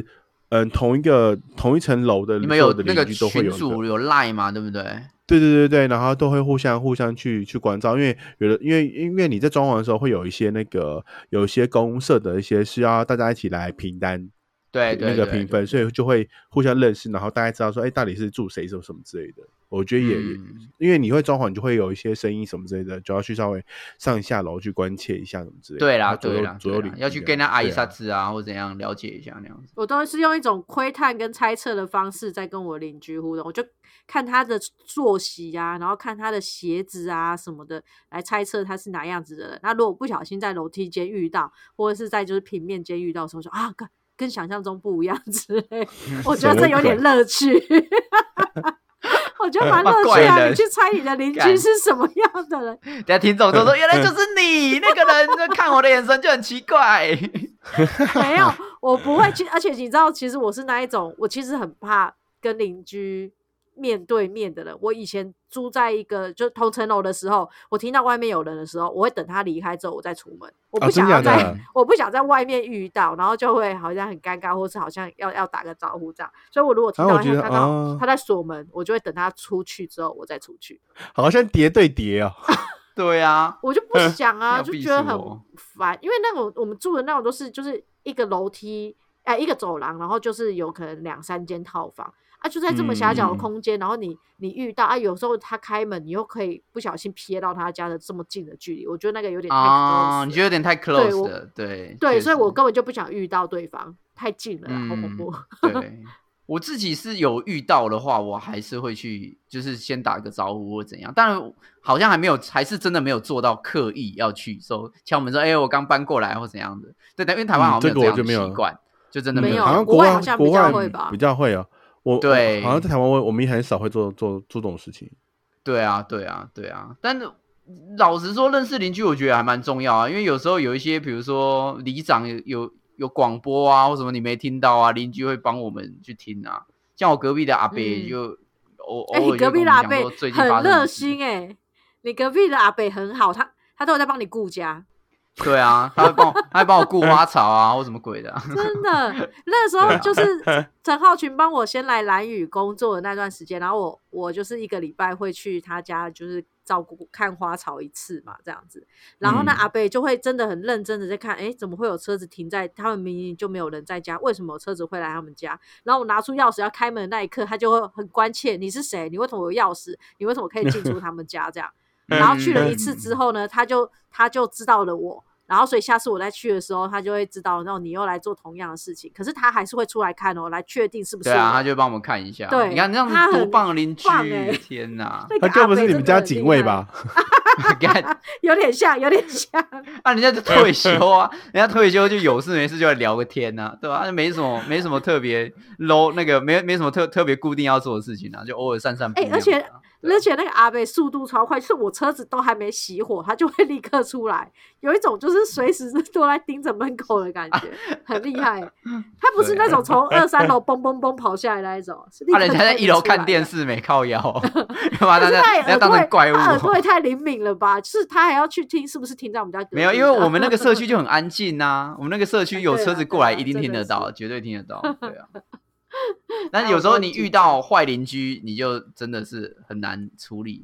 A: 嗯、呃同一个同一层楼的，
C: 你们
A: 所
C: 有
A: 的
C: 那个
A: 邻居都会
C: 群
A: 有一个
C: 主有 Line 嘛，对不对？
A: 对对对对，然后都会互相互相去去关照，因为有的因为因为你在装潢的时候会有一些那个有一些公社的一些是要大家一起来评单
C: 对对
A: 那个
C: 对
A: 评分，所以就会互相认识，然后大家知道说哎到底是住谁什么什么之类的。我觉得也、也
C: 嗯
A: 因为你会装潢，你就会有一些声音什么之类的，就要去稍微上下楼去关切一下什么之类的。
C: 对
A: 然
C: 啦，
A: 后左
C: 对
A: 右
C: 啦，
A: 左
C: 对
A: 右
C: 啦
A: 邻
C: 要
A: 居
C: 去
A: 啊
C: 跟他阿姨
A: 对啊
C: 萨子啊，或怎样了解一下那样子。
B: 我都是用一种窥探跟猜测的方式在跟我邻居互动，我就看他的作息啊，然后看他的鞋子啊什么的，来猜测他是哪样子的人。那如果不小心在楼梯间遇到，或者是在就是平面间遇到的时候，说啊，跟跟想象中不一样之 类，我觉得这有点乐趣。 我觉 得蛮乐趣
C: 怪
B: 啊！
C: 人
B: 你去猜你的邻居
C: 干
B: 是什么样的人，
C: 等下听众都 说，原来就是你那个人，就看我的眼神就很奇怪。
B: 没有，我不会去。而且你知道，其实我是那一种，我其实很怕跟邻居面对面的人。我以前住在一个就同层楼的时候，我听到外面有人的时候，我会等他离开之后我再出门。我
A: 啊
B: 不想
A: 真
B: 要
A: 假
B: 在，
A: 的
B: 我不想在外面遇到，然后就会好像很尴尬，或是好像要要打个招呼这样。所以我如果听
A: 啊
B: 到
A: 我
B: 他
A: 觉得
B: 看到、
A: 啊
B: 他在锁门，我就会等他出去之后我再出去。
A: 好像叠对叠哦。
C: 对啊，
B: 我就不想啊，
C: 要
B: 就
C: 避
B: 觉得
C: 暑
B: 很
C: 哦
B: 烦，因为那种我们住的那种都是就是一个楼梯，哎、一个走廊，然后就是有可能两三间套房啊，就在这么狭小的
C: 嗯
B: 空间，然后你你遇到啊，有时候他开门，你又可以不小心瞥到他家的这么近的距离，我觉得那个有点太 close
C: 啊，
B: 了
C: 你觉得有点太
B: 对
C: close
B: 我
C: 了，对
B: 对，
C: 确
B: 所以我
C: 实
B: 根本就不想遇到对方，太近了啦，好恐
C: 嗯
B: 怖。
C: 对，我自己是有遇到的话，我还是会去，就是先打个招呼或怎样。当然，好像还没有，还是真的没有做到刻意要去说敲门说，哎、我刚搬过来或怎样的。对，但因为台湾
A: 嗯
C: 好
A: 这
C: 像
A: 个
C: 没有
A: 我
C: 这
A: 就
C: 样
A: 没有嗯
C: 的习惯，就真的
B: 没有
A: 好像
B: 国
A: 国
B: 外
A: 外
B: 好像
A: 国
B: 比较
A: 外
B: 会吧
A: 比较会哦。我
C: 对
A: 我好像在台湾，我我们也很少会做做做这种事情。
C: 对啊，对啊，对啊。但是老实说，认识邻居我觉得还蛮重要啊，因为有时候有一些，比如说里长有有有广播啊，或什么你没听到啊，邻居会帮我们去听啊。像我隔壁的阿贝
B: 嗯
C: 就、偶
B: 哎、
C: 偶
B: 你
C: 尔就
B: 隔
C: 跟
B: 壁的
C: 我们
B: 阿
C: 讲
B: 贝
C: 说最近发
B: 很
C: 生什
B: 热
C: 么事
B: 心哎、你隔壁的阿贝很好，他他都有在帮你顾家。
C: 对啊，他会帮我，他会帮我顾花草啊，或什么鬼的 啊、
B: 真的，那时候就是陈浩群帮我先来蓝宇工作的那段时间，然后我我就是一个礼拜会去他家，就是照顾看花草一次嘛，这样子。然后呢，
A: 嗯
B: 阿贝就会真的很认真的在看，哎、怎么会有车子停在他们明明就没有人在家，为什么车子会来他们家？然后我拿出钥匙要开门的那一刻，他就会很关切，你是谁？你为什么有钥匙？你为什么可以进出他们家？这样。然后去了一次之后呢，他就他就知道了我，然后所以下次我再去的时候，他就会知道，哦然后你又来做同样的事情，可是他还是会出来看哦，来确定是不是
C: 对
B: 我。
C: 啊，他就帮我们看一下。
B: 对
C: 你看这样子
B: 他很
C: 多棒的邻居
B: 棒欸，
C: 天哪！
B: 那个
A: 他该不
B: 阿
A: 是
B: 伯
A: 你们
B: 真的
A: 家
B: 很
A: 警
B: 厉
A: 卫
B: 害？
A: 吧？
C: 你看，
B: 有点像，有点像。
C: 啊，人家就退休啊，人家退休就有事没事就来聊个天呐、对吧、啊？没什么，没什么特别 low 那个，没没什么特特别固定要做的事情啊，就偶尔散散步
B: 哎
C: 这样子啊、
B: 而且而且那个阿贝速度超快，就是我车子都还没熄火，他就会立刻出来，有一种就是随时都在盯着门口的感觉，很厉 害。他不是那种从二三 楼蹦蹦蹦跑下来那一种，是立
C: 他
B: 刻
C: 啊人家在一楼看电视没靠 腰，要把
B: 就
C: 他
B: 出来的。可
C: 家人
B: 是
C: 家
B: 他
C: 当
B: 耳朵
C: 成怪
B: 也，他耳朵
C: 物。哦
B: 也太灵敏了吧？就是他还要去听，是不是啊听在我们家隔壁
C: 没有，因为
B: 的
C: 我们那个社区就很安静呐、我们那个社区有车子过来，
B: 哎对啊
C: 一定听得
B: 对
C: 到，
B: 啊
C: 绝对 听得到，对啊。但有时候你遇到坏邻居，你就真的是很难处理。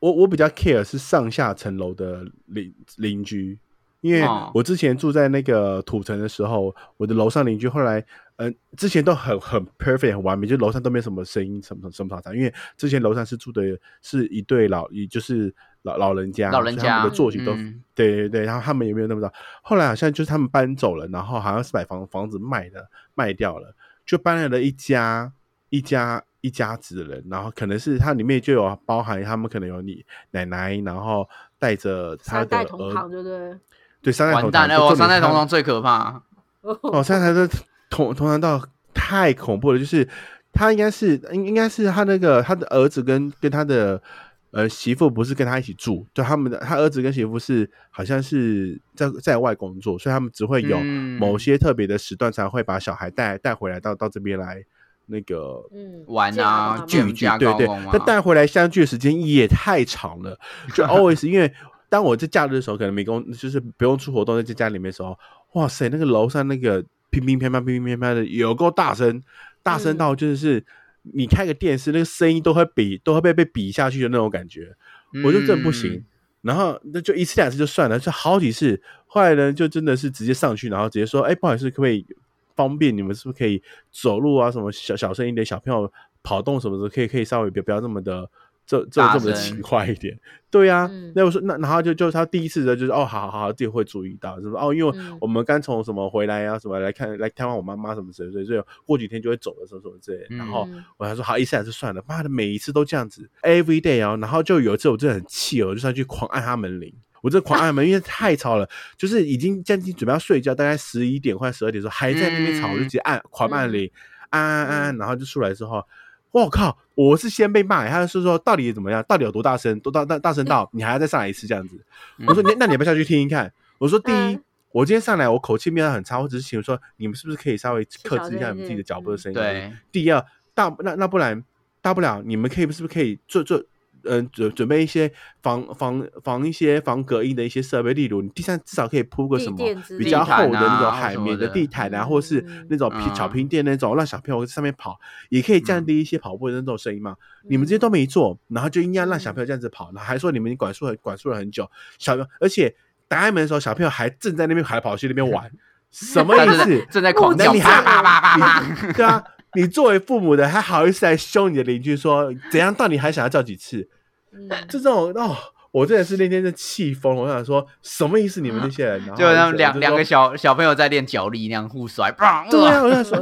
A: 我我比较 care 是上下层楼的邻邻居，因为
C: 哦
A: 我之前住在那个土城的时候，我的楼上邻居后来，嗯、之前都很很 perfect 很完美，就楼上都没什么声音，什么什么吵杂。因为之前楼上是住的是一对老，也就是老老人家，
C: 老人
A: 所以他们
B: 家
A: 的作息都、
C: 嗯
A: 对对对，然后他们也没有那么早。后来好像就是他们搬走了，然后好像是把房房子卖了，卖掉了。就搬来了一家一家一家子人，然后可能是它里面就有包含他们可能有你奶奶，然后带着他
B: 三
A: 的呃
B: 代同堂，
A: 儿，
B: 对不 对？
A: 对三代
C: 完
A: 同
C: 蛋
A: 堂，
C: 了，
A: 就
C: 我
A: 重
C: 三
A: 点
C: 代
A: 是他
C: 同堂最可怕。
A: 哦，三台的同同堂到太恐怖了，就是他应该是应应该是他那个他的儿子跟跟他的呃媳妇不是跟他一起住，就他们的他儿子跟媳妇是好像是在在外工作，所以他们只会有
C: 嗯
A: 某些特别的时段才会把小孩带带回来到到这边来那个
B: 嗯，
C: 玩啊，
B: 见
A: 聚
B: 到
A: 一
C: 聚
A: 聚，对对，
C: 啊
A: 他带回来相聚的时间也太长了，就 always 因为当我在假日的时候，可能没工，就是不用出活动，在家里面的时候，哇塞，那个楼上那个乒乒乓乓、乒乒乓乓的，有够大声，大声到就是你开个电视，那个声音都会比都会被被比下去的那种感觉，我就真的不行。
C: 嗯
A: 然后那就一次两次就算了，就好几次。后来呢，就真的是直接上去，然后直接说：“哎，不好意思，可不可以方便你们？是不是可以走路啊？什么小小声一点，小朋友跑动什么的，可以可以稍微别不要这么的这这
C: 大
A: 这么的
C: 声
A: 勤快一点。”对呀、啊
B: 嗯，
A: 那我说那然后就就他第一次的就是哦，好好好，自己会注意到，就是哦，因为
B: 嗯
A: 我们刚从什么回来啊，什么来看来探望我妈妈什么之类的，所以过几天就会走了什么什么之类的。然后
B: 嗯
A: 我还说好，一次还是算了，妈的，每一次都这样子，every day 哦。然后就有一次我真的很气哦，我就上去狂按他门铃，我真的狂按门，因为太吵了，就是已经将近准备要睡觉，大概十一点快十二点的时候还在那边吵，我就直接按狂按铃，按按按按，然后就出来之后。我靠！我是先被骂，欸他是说到底怎么样，到底有多大声，多大大大声到你还要再上来一次这样子。我说你那你要不要下去听听看？我说第一
B: 嗯，
A: 我今天上来我口气没有很差，我只是请说你们是不是可以稍微克制一下你们自己的脚步的声音？
C: 对，
A: 第二，大那那不然大不了你们可以是不是可以做做嗯、准准备一些防防防一些防隔音的一些设备，例如你地上至少可以铺个
B: 地
A: 什么
B: 垫之
A: 比
B: 类
A: 较
B: 的
A: 厚的那
C: 地毯
A: 种
C: 啊
A: 海
C: 什么
A: 绵的
C: 的
A: 地毯啊，或是
B: 嗯
A: 那种拼小
C: 嗯
A: 拼垫那种，让小朋友在上面跑，也可以降低一些跑步的那种声音嘛。
C: 嗯
A: 你们这些都没做，然后就硬要让小朋友这样子跑，然后还说你们管束了管束了很久，小朋友而且打开门的时候，小朋友还正在那边跑来跑去那边 玩，什么
C: 他
A: 意
C: 正
A: 思
C: 在？正在狂
B: 那
C: 叫，
A: 你还
C: 啪啪啪啪啪。
A: 对啊，你作为父母的还好意思来凶你的邻居说怎样？到底还想要叫几次？
B: 嗯
A: 就这种哦，我真的是那天是气疯了，我想说什么意思？你们这些人， 然后
C: 就他们两
A: 我就说
C: 两个小小朋友在练脚力那样互甩，砰
A: 对啊，
C: 哇
A: 我在说，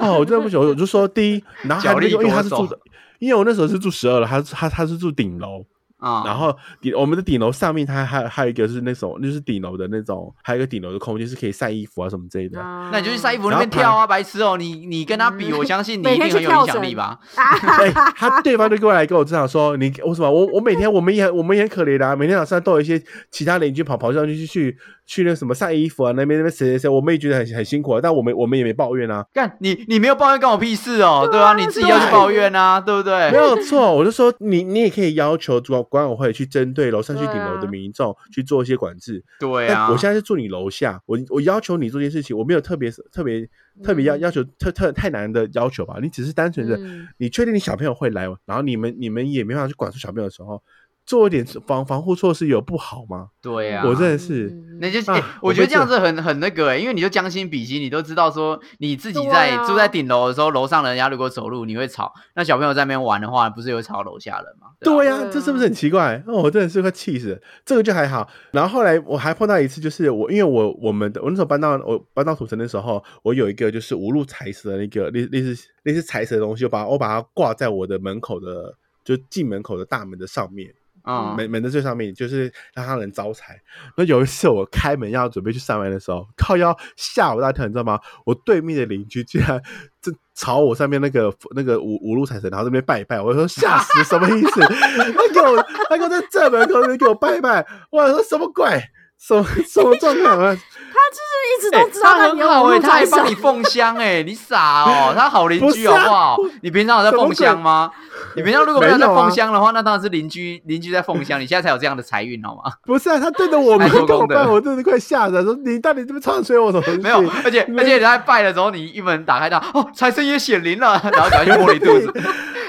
A: 哦，我真的不行，我就说第一，然后还
C: 脚
A: 没
C: 力
A: 有，因为他是
C: 夺走
A: 住的，因为我那时候是住十二楼，他他他是住顶楼，
C: 啊
A: 然后顶我们的顶楼上面，它还还有一个是那种就是顶楼的那种，还有一个顶楼的空间是可以晒衣服啊什么之类的，
C: 那你就去晒衣服
A: 然
C: 那
A: 后
C: 边跳啊，白痴哦！你你跟他比，
B: 嗯
C: 我相 信你
B: 每
C: 一
B: 天
C: 定
B: 去
C: 很有影
B: 跳
C: 响
B: 绳
C: 力吧？
B: 啊
A: 哎，他对方就过来跟我这样说：“你我什么？我我每天我们也我们也很可怜的、啊，每天早上都有一些其他邻居跑跑上去去去那什么晒衣服啊，那边那边谁谁谁，我们也觉得很很辛苦啊，但我们我们也没抱怨啊，
C: 干你你没有抱怨，干我屁事哦，对啊，你自己要去抱怨啊，对不
A: 没
C: 对？
A: 有错。我就说你你也可以要求主管管委会去针对楼上去顶楼的
B: 对啊
A: 民众去做一些管制，
C: 嗯对
A: 但
C: 啊，
A: 哎我现在是住你楼下，我我要求你做这件事情，我没有特别特别特别要
B: 嗯
A: 要求特特太难的要求吧，你只是单纯的
B: 嗯
A: 你确定你小朋友会来，然后你们你们也没办法去管束小朋友的时候，做一点防防护措施有不好吗？
C: 对呀、啊，
A: 我真的是
B: 嗯嗯
C: 那就、
A: 啊
C: 欸
A: 我
C: 我觉得
A: 被
C: 这样子很很那个哎、因为你就将心比心，你都知道说你自己在、
B: 对啊
C: 住在顶楼的时候，楼上人家如果走路你会吵，那小朋友在那边玩的话，不是也会吵楼下人吗？吧
A: 对呀、
B: 对
A: 这是不
B: 啊
A: 是很奇怪？哦，我真的是快气死了。这个就还好。然后后来我还碰到一次，就是我因为我我们的我那时候搬到我搬到土城的时候，我有一个就是无路财神的那个类类似类似财神的东西，我把我把它挂在我的门口的就进门口的大门的上面，
C: 嗯，
A: 门门的最上面，就是让它能招财。那有一次我开门要准备去上班的时候，靠腰吓我一大跳，你知道吗？我对面的邻居竟然正朝我上面那个那个五五路财神，然后这边拜一拜，我说吓死，什么意思？他给我他给我在正门口那边给我拜一拜，我说什么鬼？什么什么状况啊？
B: 他就是一直都知道
C: 他
B: 你
C: 很
B: 有
C: 好
B: 五
C: 哎、
B: 路
C: 他还
B: 财
C: 帮你
B: 神，
C: 奉香哎、你傻哦，他好邻
A: 不
C: 居
A: 是
C: 好
A: 啊
C: 不好？你平常有在
A: 什么
C: 奉香吗？你平常如果没有
A: 没
C: 在
A: 有啊
C: 奉香的话，那当然是邻居邻居在奉香，你现在才有这样的财 运好吗？
A: 不是啊，他对着我
C: 还
A: 们
C: 做
A: 跟我
C: 功德
A: 拜，我真的快吓着，说你到底这么唱衰我什么东西？
C: 没有，而且而且你在拜的时候，你一门打开到哦，财神爷显灵了，然后赶 紧摸你肚子，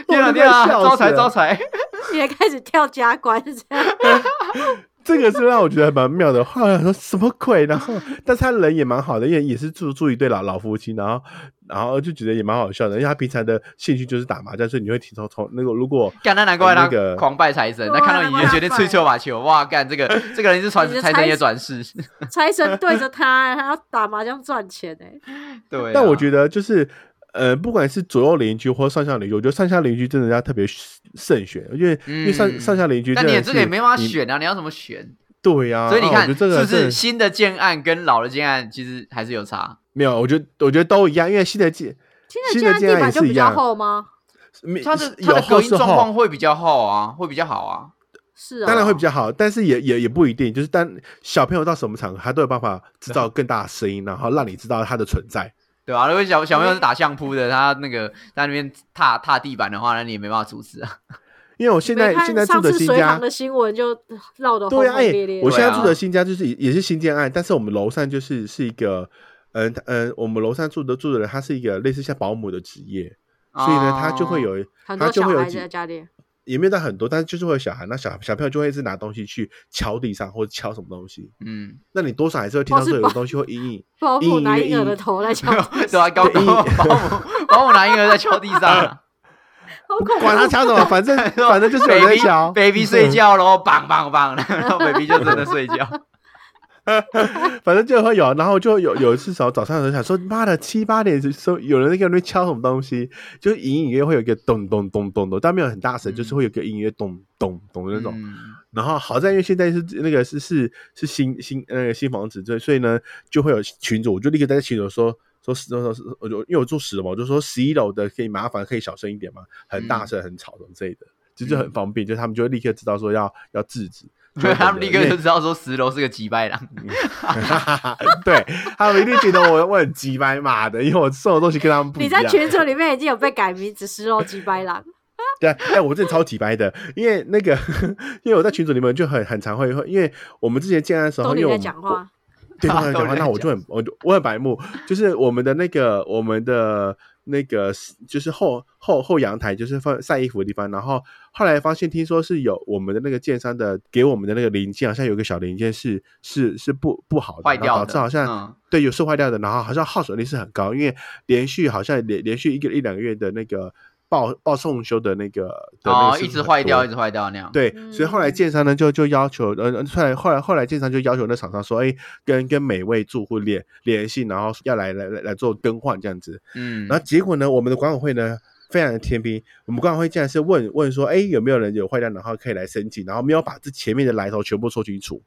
C: 天啊
A: 我都快笑
C: 天啊，招财
A: 死了
C: 招财！
B: 你也开始跳加关这 样。
A: 这个是让我觉得蛮妙的。后来我说什么鬼？然后，但是他人也蛮好的，因为也是住住一对老老夫妻，然后然后就觉得也蛮好笑的。因为他平常的兴趣就是打麻将，所以你会听从从那个如果
C: 干，那难怪他
A: 那个
C: 狂拜财神，
B: 对
C: 他
B: 啊
C: 看到你就决
B: 难
C: 定
B: 怪他
C: 吹球把球，哇，干 这个这个人是传
B: 你的
C: 财
B: 财
C: 神爷转世，
B: 财神对着他，他要打麻将赚钱哎、
C: 对啊。
A: 但我觉得就是，呃，不管是左右邻居或上下邻居，我觉得上下邻居真的要特别慎选，因为、因为上
C: 嗯
A: 上下邻居真
C: 但
A: 的
C: 你
A: 是，
C: 也这个也没办法
A: 你
C: 选啊，你要怎么选？
A: 对呀、啊，
C: 所以你
A: 我
C: 看
A: 觉得这
C: 是
A: 个
C: 不
A: 真
C: 是
A: 的
C: 新的建案跟老的建案其实还是有差？
A: 没有？我觉得我觉得都一样，因为新的建
B: 现
A: 新
B: 在
A: 的建
B: 建案地
A: 案也
B: 板就是
A: 一
B: 比较
A: 样
B: 厚吗？
A: 没
C: 它的它
A: 有
C: 的隔
A: 后
C: 音
A: 是
C: 状
A: 后
C: 况。会比较厚啊，会比较好啊。
B: 是哦，
A: 当然会比较好，但是也也也不一定，就是当小朋友到什么场合，他都有办法制造更大的声音，然后让你知道他的存在。
C: 对啊，如果小小朋友是打相扑的，他那个在那边踏踏地板的话，那你也没办法阻止啊。
A: 因为我现
B: 没
A: 在
B: 看
A: 现在住
B: 上
A: 的
B: 次
A: 新
B: 水
A: 家
B: 塘，的新闻就闹得轰
A: 对啊，
B: 轰
A: 哎、
B: 烈烈。
A: 我现在
C: 对啊
A: 住的新家就是也也是新建案，但是我们楼上就是是一个，嗯、嗯、我们楼上住的住的人，他是一个类似像保姆的职业，所以呢，他就会
C: 哦
A: 有
B: 很
A: 他
B: 多
A: 就
B: 小
A: 会有
B: 孩
A: 几
B: 在家里，
A: 也没有到很多，但是就是会有小孩，那小小朋友就会一直拿东西去敲地上或者敲什么东西，
C: 嗯，
A: 那你多少还是会听到
B: 或是
A: 说有个
B: 把
A: 东西会隐隐。
B: 保姆拿
A: 隐隐约
B: 婴儿
A: 约
B: 的头来敲，
C: 对啊，搞搞
A: 对
C: 保姆保姆拿婴儿在敲地上啊。
B: 好
A: 不
B: 恐怖
A: 管他敲什么，反正反正就是有人在嗯
C: baby
A: 敲
C: baby 睡觉喽，棒棒棒， 然后 baby 就 真的睡觉。
A: 反正就会有，然后就有有一次早早上的时候想说，妈的七八点的时候有人在那边敲什么东西，就隐隐约约会有一个咚咚咚咚咚，但没有很大声，
C: 嗯
A: 就是会有一个隐约咚咚咚的那种。
C: 嗯
A: 然后好在因为现在是那个是是是新新那个新房子，所以所以呢就会有群主，我就立刻在群主说。说十，说说，我就因为我住十楼嘛，我就说十一楼的可以麻烦可以小声一点嘛，很大声、很吵什么之类的，就就很方便，就他们就会立刻知道说要要制止，就会
C: 对，他
A: 很
C: 们
A: 热
C: 立刻
A: 因为
C: 就知道说十楼是个几败狼。
A: 对他们一定觉得我我很鸡掰骂的，因为我送的东西跟他们不一
B: 你
A: 样。
B: 在群组里面已经有被改名字十楼几 白狼，
A: 对啊，哎、我真的超鸡掰的，因为那个， 因为我在群组里面就很很常会，因为我们之前建案的时
B: 都
A: 候，因
B: 你
A: 为我
B: 在
A: 们
B: 讲
A: 我
B: 话，
A: 对方人
C: 都
A: 讲话，
C: 在
A: 那我就很我就我很白目，就是我们的那个我们的那个就是后后后阳台就是放晒衣服的地方，然后后来发现听说是有我们的那个建商的给我们的那个零件，好像有个小零件是是是不不好的，
C: 坏掉
A: 然后
C: 的
A: 导致好像、
C: 嗯
A: 对有是坏掉的，然后好像耗损率是很高，因为连续好像连连续一个一两个月的那个报报送修的那个的那
C: 哦
A: 个，是
C: 一直
A: 很
C: 坏掉，
A: 多
C: 一直坏掉那样。
A: 对，所以后来
B: 嗯
A: 建商呢就就要求，呃，呃后来后来后来建商就要求那厂商说，哎，跟跟每位住户联联系，然后要来来来来做更换这样子。
C: 嗯，
A: 然后结果呢，我们的管委会呢非常的天兵，我们管委会竟然是问问说，哎，有没有人有坏掉，然后可以来申请，然后没有把这前面的来头全部说清楚。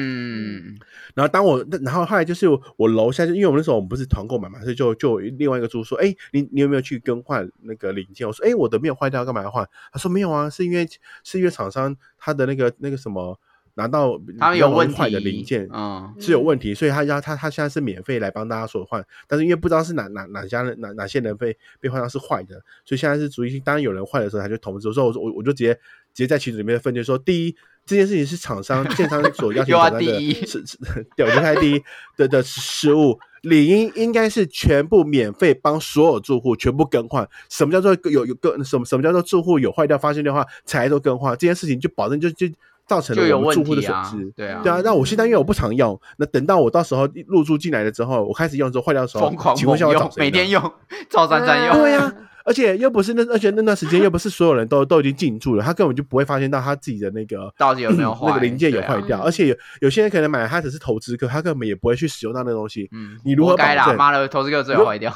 C: 嗯
A: 然后当我，那然后后来就是我楼下就，因为我们那时候我们不是团购买嘛，所以就就有另外一个住户说，哎，你你有没有去更换那个零件？我说，哎，我的没有坏掉，干嘛要换？他说没有啊，是因为是因为厂商他的那个那个什么拿到
C: 他们
A: 比
C: 有
A: 较容易
C: 问题
A: 坏的零件。
C: 嗯，
A: 是有问题，所以他要他他现在是免费来帮大家所换，但是因为不知道是哪哪哪家人哪哪些人被被换到是坏的，所以现在是逐一，当然有人坏的时候，他就通知我说，哦我说我我就直接直接在群组里面分析说，第一这件事情是厂商 建商所要求
C: 又要
A: 厂商的
C: 第一
A: 是是对，我就排第一的的失误，理应应该是全部免费帮所有住户全部更换。什么叫做有有更什么什么叫做住户有坏掉发现的话才做更换？这件事情就保证就就造成
C: 就
A: 了
C: 有
A: 我们
C: 问
A: 住户的
C: 题
A: 损
C: 啊
A: 失。，
C: 对啊，
A: 对啊，那我现在因为我不常用，那等到我到时候入住进来了之后，我开始用的时候坏掉的时候
C: 疯，狂
A: 请问一下
C: 猛
A: 我找
C: 用，
A: 谁呢？
C: 每天用， 照三三
B: 嗯
C: 用，
A: 对啊呀而且又不是那，而且那段时间又不是所有人都都已经进驻了，他根本就不会发现到他自己的那个
C: 到底有没有坏
A: 那个零件有
C: 对啊
A: 坏掉，
B: 嗯
A: 而且有有些人可能买了他只是投资客，他根本也不会去使用到那个东西。
C: 嗯，
A: 你如何
C: 活该
A: 保
C: 啦？
A: 证
C: 妈的，投资客最好坏掉，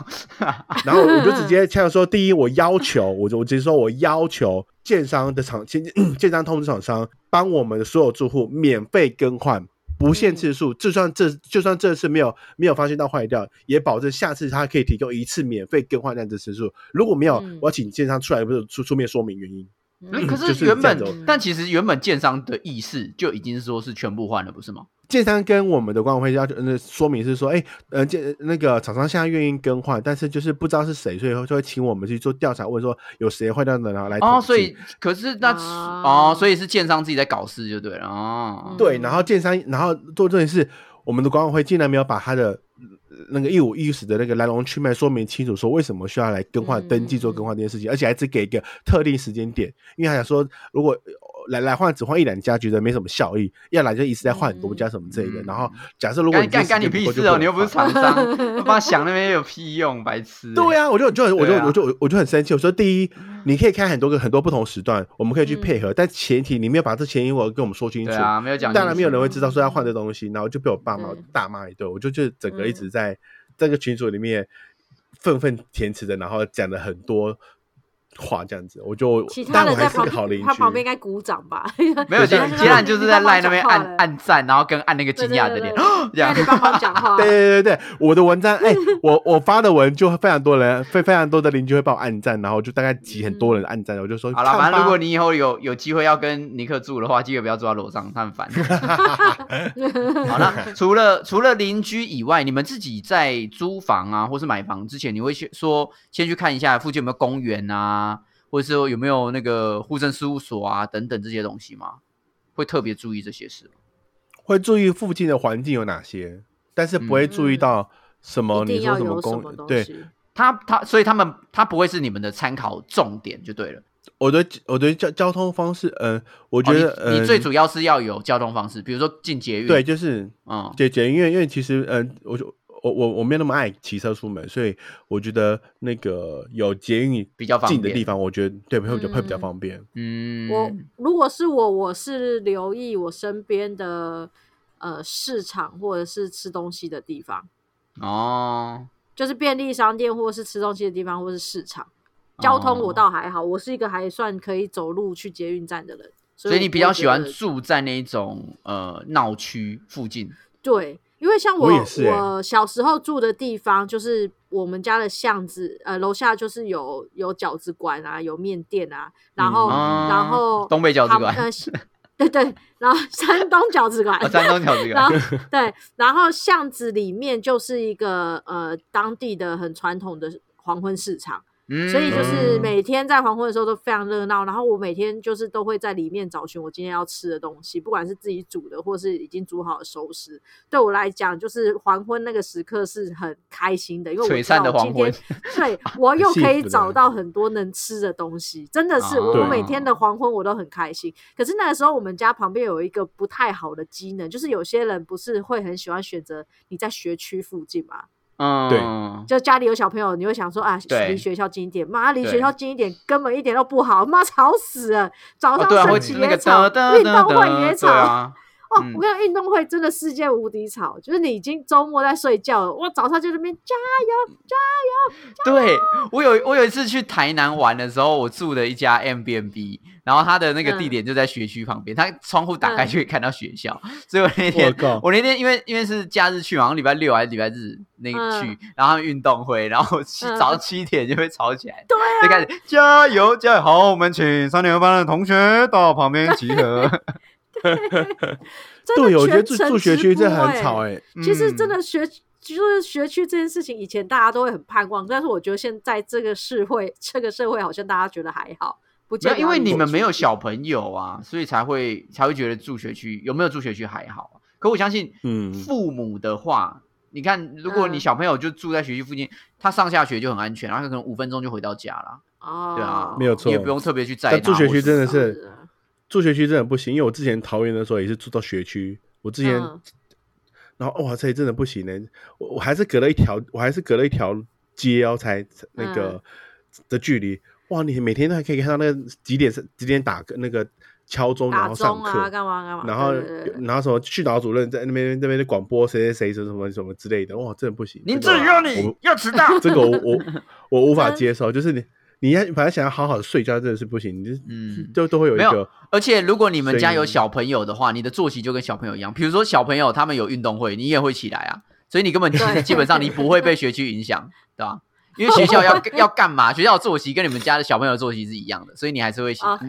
A: 然后我就直 接呛说，第一，我要求，我就我直接说我要求建商的厂建 建商通知厂商帮我们的所有住户免费更换。不限次
C: 嗯
A: 数，就算这就算这次没有没有发现到坏掉，也保证下次他可以提供一次免费更换量的次数。如果没有，
B: 嗯
A: 我要请建商出来不是出出面说明原因。
C: 嗯
B: 嗯
C: 可
A: 就是是
C: 原
A: 这样
C: 本，
B: 子
C: 但其实原本建商的意思就已经说是全部换了，不是吗？
A: 建商跟我们的管委会要求，呃，说明是说，哎、呃，建那个厂商现在愿意更换，但是就是不知道是谁，所以就会请我们去做调查，问说有谁坏掉的，然后来统
C: 哦，
A: 计
C: 所以可是那
B: 啊
C: 哦，所以是建商自己在搞事就对了哦。
A: 对，然后建商，然后做这件事，我们的管委会竟然没有把他的呃那个一五一十的那个来龙去脉说明清楚，说为什么需要来更换、
B: 嗯
A: 登记做更换这件事情，而且还只给一个特定时间点，因为他想说，如果呃来来换只换一两家，觉得没什么效益，要来就一次再换很多家什么之类的。
C: 嗯
A: 然后假设如果
C: 干干
A: 这
C: 干你
A: 时间
C: 屁
A: 不够
C: 事哦！
A: 就能
C: 你又不是
A: 换
C: 厂商，妈想那边有屁用，白痴欸。
A: 对呀、我就就很我就
C: 对啊嗯
A: 我就我就很生气。我说，第一，你可以开很多个很多不同时段，我们可以去配合，但前提你没有把这前因果跟我们说清楚
C: 对。啊，没有讲清楚，
A: 当然没有人会知道说要换这东西，然后就被我爸妈
B: 对
A: 大骂一顿。我就就整个
B: 嗯
A: 一直在这个群组里面愤愤填词的，然后讲了很多话这样子。我就
B: 其他
A: 但
B: 人
A: 我
B: 在
A: 还是
B: 旁
A: 个好邻
B: 边，
A: 居
B: 他。旁边应该鼓掌吧？
C: 没
A: 对
C: 有杰
A: 但是
C: 杰兰就是在
B: 你爸妈
C: 赖那边
B: 讲话
C: 按
B: 了
C: 按赞，然后跟按那个惊
B: 对
C: 讶的脸， 这
B: 让
C: 样
B: 你。帮忙讲 话。
A: 对对对对，我的文章， 哎、我我发的文就非常多人，非非常多的邻居会帮我按赞，然后就大概集很
B: 嗯
A: 多人的按赞，我就说
C: 好了，
A: 看
C: 反正如
A: 吧
C: 果你以后有有机会要跟尼克住的话，记得不要住在楼上，他很烦。好了，除了除了邻居以外，你们自己在租房啊，或是买房之前，你会去说先去看一下附近有没有公园啊，或者说有没有那个户政事务所啊等等这些东西吗？会特别注意这些事吗。
A: 会注意附近的环境有哪些，但是不会注意到什么、
B: 嗯一
A: 你
B: 定
A: 说
B: 要
A: 什么
B: 有什
A: 公
B: 么东
A: 对，
B: 西？
C: 他他，所以他们他不会是你们的参考重点就对了。
A: 我对我对交交通方式，嗯、我
C: 我
A: 觉得、
C: 哦你
A: 嗯
C: 你最主要是要有交通方式，比如说进捷运。
A: 对，，就是
C: 嗯，
A: 姐姐，因为因为其实嗯、呃我就我我我没有那么爱骑车出门，所以我觉得那个有捷运
C: 比较方
A: 近的
C: 便
A: 地方，我觉得对会比较会比较
B: 嗯
A: 方便。
C: 嗯，
B: 我如果是我，我是留意我身边的呃市场或者是吃东西的地方，
C: 哦，
B: 就是便利商店或是吃东西的地方，或是市场。
C: 哦
B: 交通我倒还好，我是一个还算可以走路去捷运站的人，所
C: 所以
B: 我
C: 你
B: 不
C: 比
B: 会
C: 较
B: 觉
C: 喜欢
B: 得
C: 住在那一种呃闹区附近，
B: 对，因为像我
A: 我也是欸
B: 我小时候住的地方，就是我们家的巷子，呃，楼下就是有有饺子馆啊，有面店啊，然后、
C: 嗯
B: 然后
C: 东北饺子
B: 他
C: 馆
B: 们呃，对对，然后 山东饺子馆
C: 啊，，山东饺子
B: 然后
C: 馆，
B: 对，然后巷子里面就是一个呃当地的很传统的黄昏市场，
C: 嗯
B: 所以就是
A: 嗯
B: 每天在黄昏的时候都非常热闹。然后我每天就是都会在里面找寻我今天要吃的东西，不管是自己煮的或是已经煮好的熟食。对我来讲，就是黄昏那个时刻是很开心的，因为我
C: 璀
B: 知道
C: 璨的
B: 我今
C: 黄昏
B: 天对我又
A: 幸
B: 可以
A: 福的
B: 找到很多能吃的东西，真的是我
A: 啊
B: 我每天的黄昏我都很开心。可是那个时候，我们家旁边有一个不太好的机能，就是有些人不是会很喜欢选择你在学区附近嘛？
C: 嗯，
B: 就家里有小朋友，你会想说啊
C: 对，
B: 离学校近一点，妈离
C: 对
B: 学校近一点根本一点都不好，妈吵死了。早
C: 哦
B: 上
C: 对啊，会
B: 升
C: 吃
B: 旗
C: 那
B: 也
C: 个
B: 吵，
C: 哒哒
B: 运
C: 哒
B: 动
C: 哒，
B: 会也
C: 对
B: 吵。
C: 啊，
B: 哦，
C: 嗯
B: 我跟你讲，运动会真的世界无敌吵，就是你已经周末在睡觉了，我早上就在那边加油加
C: 对我有我有一次去台南玩的时候，我住的一家 M B N B，然后它的那个地
B: 嗯
C: 点就在学区旁边，它窗户打开
B: 嗯
C: 就可以看到学校，所以我那
A: 我
C: 天
A: 靠，
C: 我那天因为因为是假日去嘛，好像礼拜六还是礼拜日那个去，然后他们运动会，然后七
B: 嗯啊
C: 早上七点就被吵起来，对、就开始加油加油！好，我们请三年班的同学到旁边集合。
B: 油，
A: 对，我觉
B: 真
A: 得
B: 的
A: 住
B: 全程
A: 住学区
B: 直
A: 真的
B: 播
A: 很
B: 欸
A: 吵哎、
B: 其实真
C: 嗯
B: 的学，就是学区这件事情，以前大家都会很盼望，但是我觉得现在这个社会，这个社会好像大家觉得还好，不
C: 没
B: 见
C: 有，
B: 得
C: 因
B: 要
C: 为
B: 离
C: 你们
B: 学
C: 没有
B: 区
C: 小朋友啊，所以才会才会觉得住学区有没有住学区还好啊。可我相信，
A: 嗯
C: 父母的话，你看，如果你
B: 嗯
C: 小朋友就住在学区附近，他上下学就很安全，然后他可能五分钟就回到家了，
B: 哦，
C: 对啊，
A: 没有
C: 你也
A: 错
C: 不用特别去载他。
A: 但住学区真的
C: 是，
B: 是
A: 是住学区真的不行，因为我之前桃园的时候也是住到学区，我之前，
B: 嗯
A: 然后哇塞，真的不行呢、我我还是隔了一条，我还是隔了一条街哦，才才那个、
B: 嗯
A: 的距离，哇，你每天都还可以看到那个几点几点打那个敲钟，然
B: 打
A: 后上
B: 钟
A: 课，
B: 啊，干嘛干嘛，
A: 然后
B: 对对对
A: 然后什么训导主任在那边那边广播谁谁谁什么什么之类的，哇，真的不行。
C: 林
A: 这
C: 志
A: 个
C: 宇让
A: 我。
C: 你要迟到
A: 这个我 我我无法
B: 真
A: 接受，就是你你要本来想要好好的睡觉，真的是不行，你就
C: 嗯
A: 都都会有一
C: 没
A: 个
C: 有，而且如果你们家
A: 声音
C: 有小朋友的话，你的作息就跟小朋友一样。比如说小朋友他们有运动会，你也会起来啊，所以你根本
B: 对
C: 基本上你不会被学区 影响，对吧？因为学校要 要干嘛？学校的作息跟你们家的小朋友的作息是一样的，所以你还是会起。
B: 啊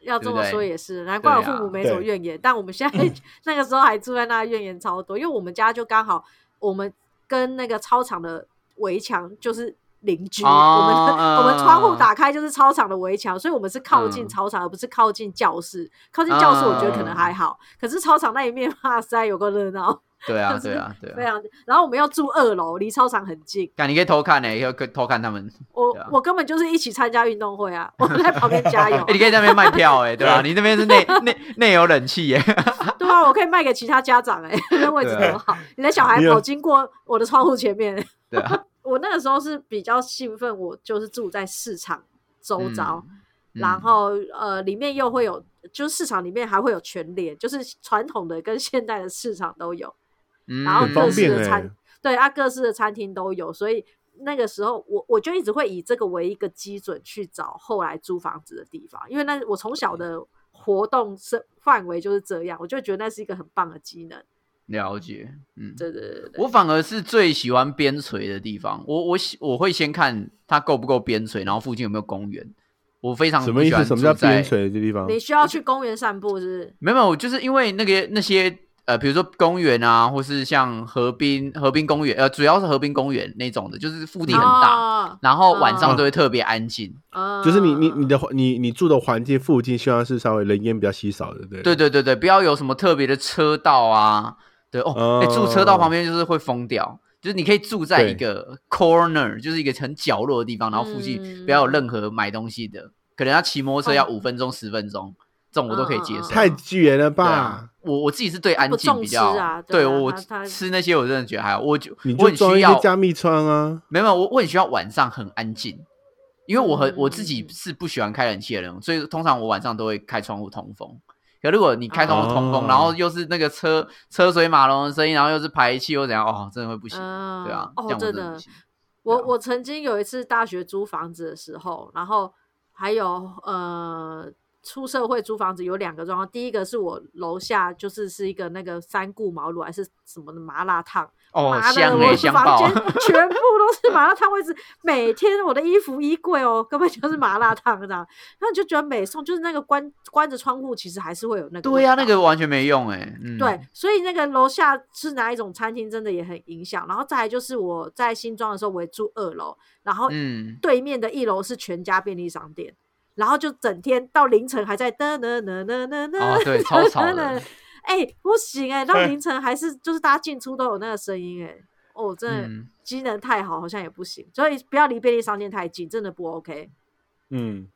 B: 要
C: 对
B: 这
C: 不
B: 么
C: 对
B: 说也是，难怪我
C: 对嗯
B: 父
C: 啊
B: 母没什么
A: 对
B: 怨言，但我们现在 那个时候还住在那，怨言超多。因为我们家就刚好，我们跟那个操场的围墙就是邻居，我们的、
C: 哦
B: 我们窗户打开就是操场的围墙，所以我们是靠近
C: 嗯
B: 操场，而不是靠近教室。靠近教室我觉得可能
C: 嗯
B: 还好，可是操场那一面， 哇塞，有个热闹，
C: 对啊，
B: 就是
C: 对啊，对
B: 非
C: 啊。
B: 常。然后我们要住二楼，离操场很近，
C: 干，你可以偷看呢、欸，可以偷看他们。
B: 我、
C: 对啊
B: 我根本就是一起参加运动会啊，我在旁边加 油
C: 哎、。你可以在那边卖票哎、欸，对吧、你那边是内内内有冷气耶、
B: 对啊，我可以卖给其他家长哎、 那位置
C: 对啊
B: 多好！你的小孩
A: 你有
B: 跑经过我的窗户前面、
C: 对啊，
B: 我那个时候是比较兴奋，我就是住在市场周遭，
C: 嗯
B: 然后呃，里面又会有，就是市场里面还会有全联，就是传统的跟现代的市场都有，
C: 嗯
B: 然后
A: 很方
B: 各式
A: 便
B: 的
A: 哎、
B: 餐，对啊，各式的餐厅都有，所以那个时候我我就一直会以这个为一个基准去找后来租房子的地方，因为那我从小的活动是范围就是这样，我就觉得那是一个很棒的机能。
C: 了解，嗯，
B: 对对对对对，
C: 我反而是最喜欢边陲的地方。我我喜我会先看它够不够边陲，然后附近有没有公园。我非常
A: 什
C: 不
A: 么意
C: 喜欢
A: 思？什么叫
C: 住在
A: 边陲？的地
C: 嗯
A: 方？
B: 你需要去公园散步是不是？
C: 没有，没有就是因为那个那些呃，比如说公园啊，或是像河滨河滨公园，呃，主要是河滨公园那种的，就是腹地很大，
B: 大，
C: 然后晚
A: 嗯
C: 上都会特别安静。
B: 哦
A: 就是你你你的环你你住的环境附近，希望是稍微人烟比较稀少的，对不
C: 对
A: 对？
C: 对对对，不要有什么特别的车道啊。对哦，哎、住车道旁边就是会疯掉，就是你可以住在一
A: 对
C: 个 corner，就是一个很角落的地方，然后附近不要有
B: 嗯哦
C: 任何买东西的，可能要骑摩托车要五分钟十分钟，这种我都可以接
B: 嗯嗯嗯
C: 受。
A: 太巨人了吧！
C: 对啊，我我自己是对安
B: 不
C: 静
B: 重
C: 比
B: 视
C: 较，
B: 啊对啊
C: 对我
B: 他他
C: 吃那些我真的觉得还好，我就
A: 你
C: 我
A: 就
C: 很
A: 装
C: 需
A: 一些
C: 要，
A: 加密窗啊，
C: 没有没有我我很需要晚上很安静，因为我很、我
B: 嗯
C: 自己
B: 嗯嗯
C: 是不喜欢开冷气的人，所以通常我晚上都会开窗户通风。可如果你开窗户通风，
A: 哦
C: 然后又是那个车车水马龙的声音，然后又是排气又怎样，哦，真的会不行，
B: 嗯
C: 对啊，
B: 哦，
C: 这样我
B: 真
C: 真的
B: 的
C: 不，行。
B: 我
C: 对啊
B: 我曾经有一次大学租房子的时候，然后还有呃出社会租房子有两个状况，第一个是我楼下就是是一个那个三顾茅庐还是什么的麻辣烫，
C: 哦，
B: 妈的，
C: 香
B: 我
C: 哎
B: 的
C: 香
B: 房
C: 爆
B: 间全部都是麻辣烫位置，每天我的衣服衣柜哦根本就是麻辣烫这样，然后你就觉得美颂就是那个关关着窗户，其实还是会有那个
C: 对呀、
B: 味道
C: 那个完全没用哎，嗯，
B: 对，所以那个楼下是哪一种餐厅，真的也很影响。然后再来就是我在新庄的时候，我也住二楼，然后
C: 嗯，
B: 对面的一楼是全家便利商店，然后就整天到凌晨还在噔噔噔噔噔
C: 哦
B: 噔，
C: 对超吵的
B: 噔。哎、不行哎、到凌晨还是就是大家进出都有那个声音哎、哦，真的
C: 嗯
B: 机能太好，好像也不行，所以不要离便利商店太近，真的不 OK。
A: 嗯，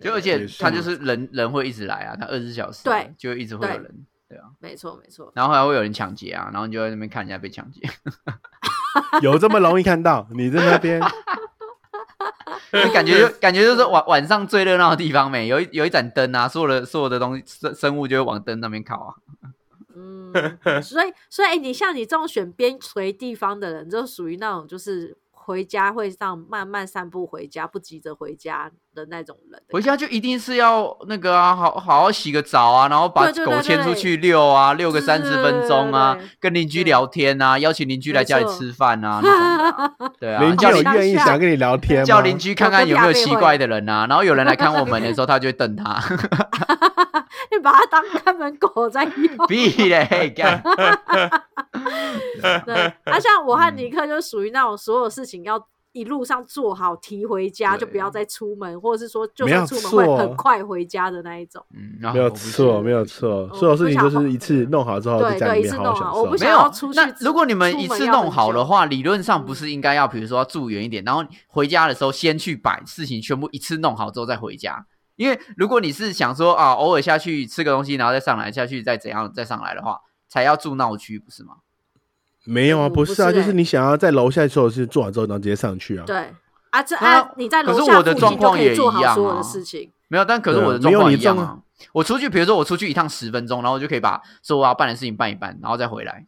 C: 就而且
A: 也是
C: 它就是人人会一直来啊，它二十四小时
B: 对
C: 就会一直会有
B: 对
C: 人，对啊，
B: 没错，没错。
C: 然后还会有人抢劫啊，然后你就在那边看人家被抢劫，
A: 有这么容易看到？你在那边
C: 就感觉就感觉就是晚晚上最热闹的地方没，有一有一盏灯啊，所有的所有的东西生生物就会往灯那边靠啊，
B: 嗯，所以所以、欸你像你这种选边陲地方的人，就属于那种就是回家会这样慢慢散步回家，不急着回家的那种人。欸
C: 回家就一定是要那个啊，好好好洗个澡啊，然后把
B: 对对对
C: 狗牵出
B: 对
C: 去遛啊，遛个
B: 对
C: 三十分钟啊
B: 对对对，
C: 跟邻居
B: 对
C: 聊天啊，邀请邻居来
B: 没
C: 家里
B: 错
C: 吃饭 啊，那种的啊对啊，
A: 邻居
C: 叫
A: 有
C: 邻
B: 当
A: 愿意
B: 下
A: 想跟你聊天吗？
C: 叫邻居看看有没有奇怪的人啊，然后有人来看我们的时候，他就会瞪他，。
B: 你把它当看门狗在用
C: 屁嘞，干，
B: 啊对，那、像我和
C: 嗯
B: 尼克就属于那种所有事情要一路上做好提回家，就
C: 对
B: 不要再出门，或者是说就
A: 没有
B: 算出门会
A: 错
B: 很快回家的那一种。
C: 嗯，然
A: 没有
C: 后我不是
A: 错，没有错，所有事情都是一次弄好之后，在
B: 对
A: 家
B: 对，
A: 里
B: 一
A: 面
B: 次
A: 好
B: 弄
A: 好享
B: 我
A: 受。
B: 不想
C: 没有
B: 要出去。
C: 那如果你们一次弄好的
B: 了，
C: 话，理论上
B: 嗯
C: 不是应该要，比如说住远一点，然后回家的时候先去把事情全部一次弄好之后再回家。因为如果你是想说啊，偶尔下去吃个东西，然后再上来下去，再怎样再上来的话，才要住闹区，不是吗？
A: 没有啊，
B: 嗯
A: 不是啊，
B: 不是
A: 就
B: 欸
A: 是你想要在楼下所有事做完之后，然后直接上去啊。
B: 对啊，这
C: 嗯那
B: 啊，你在
C: 可
B: 楼
C: 是
B: 下
C: 我的
B: 附
C: 状
B: 近就
C: 况
B: 可
C: 也
B: 以做
C: 一
B: 好
C: 样
B: 所有
C: 啊
B: 的事情。
C: 没有，但可是
A: 对啊
C: 我的
A: 没
C: 状
A: 有
C: 况
A: 你
C: 一样
A: 状
C: 啊。我出去，比如说我出去一趟十分钟，然后我就可以把所有我要办的事情办一办，然后再 回来。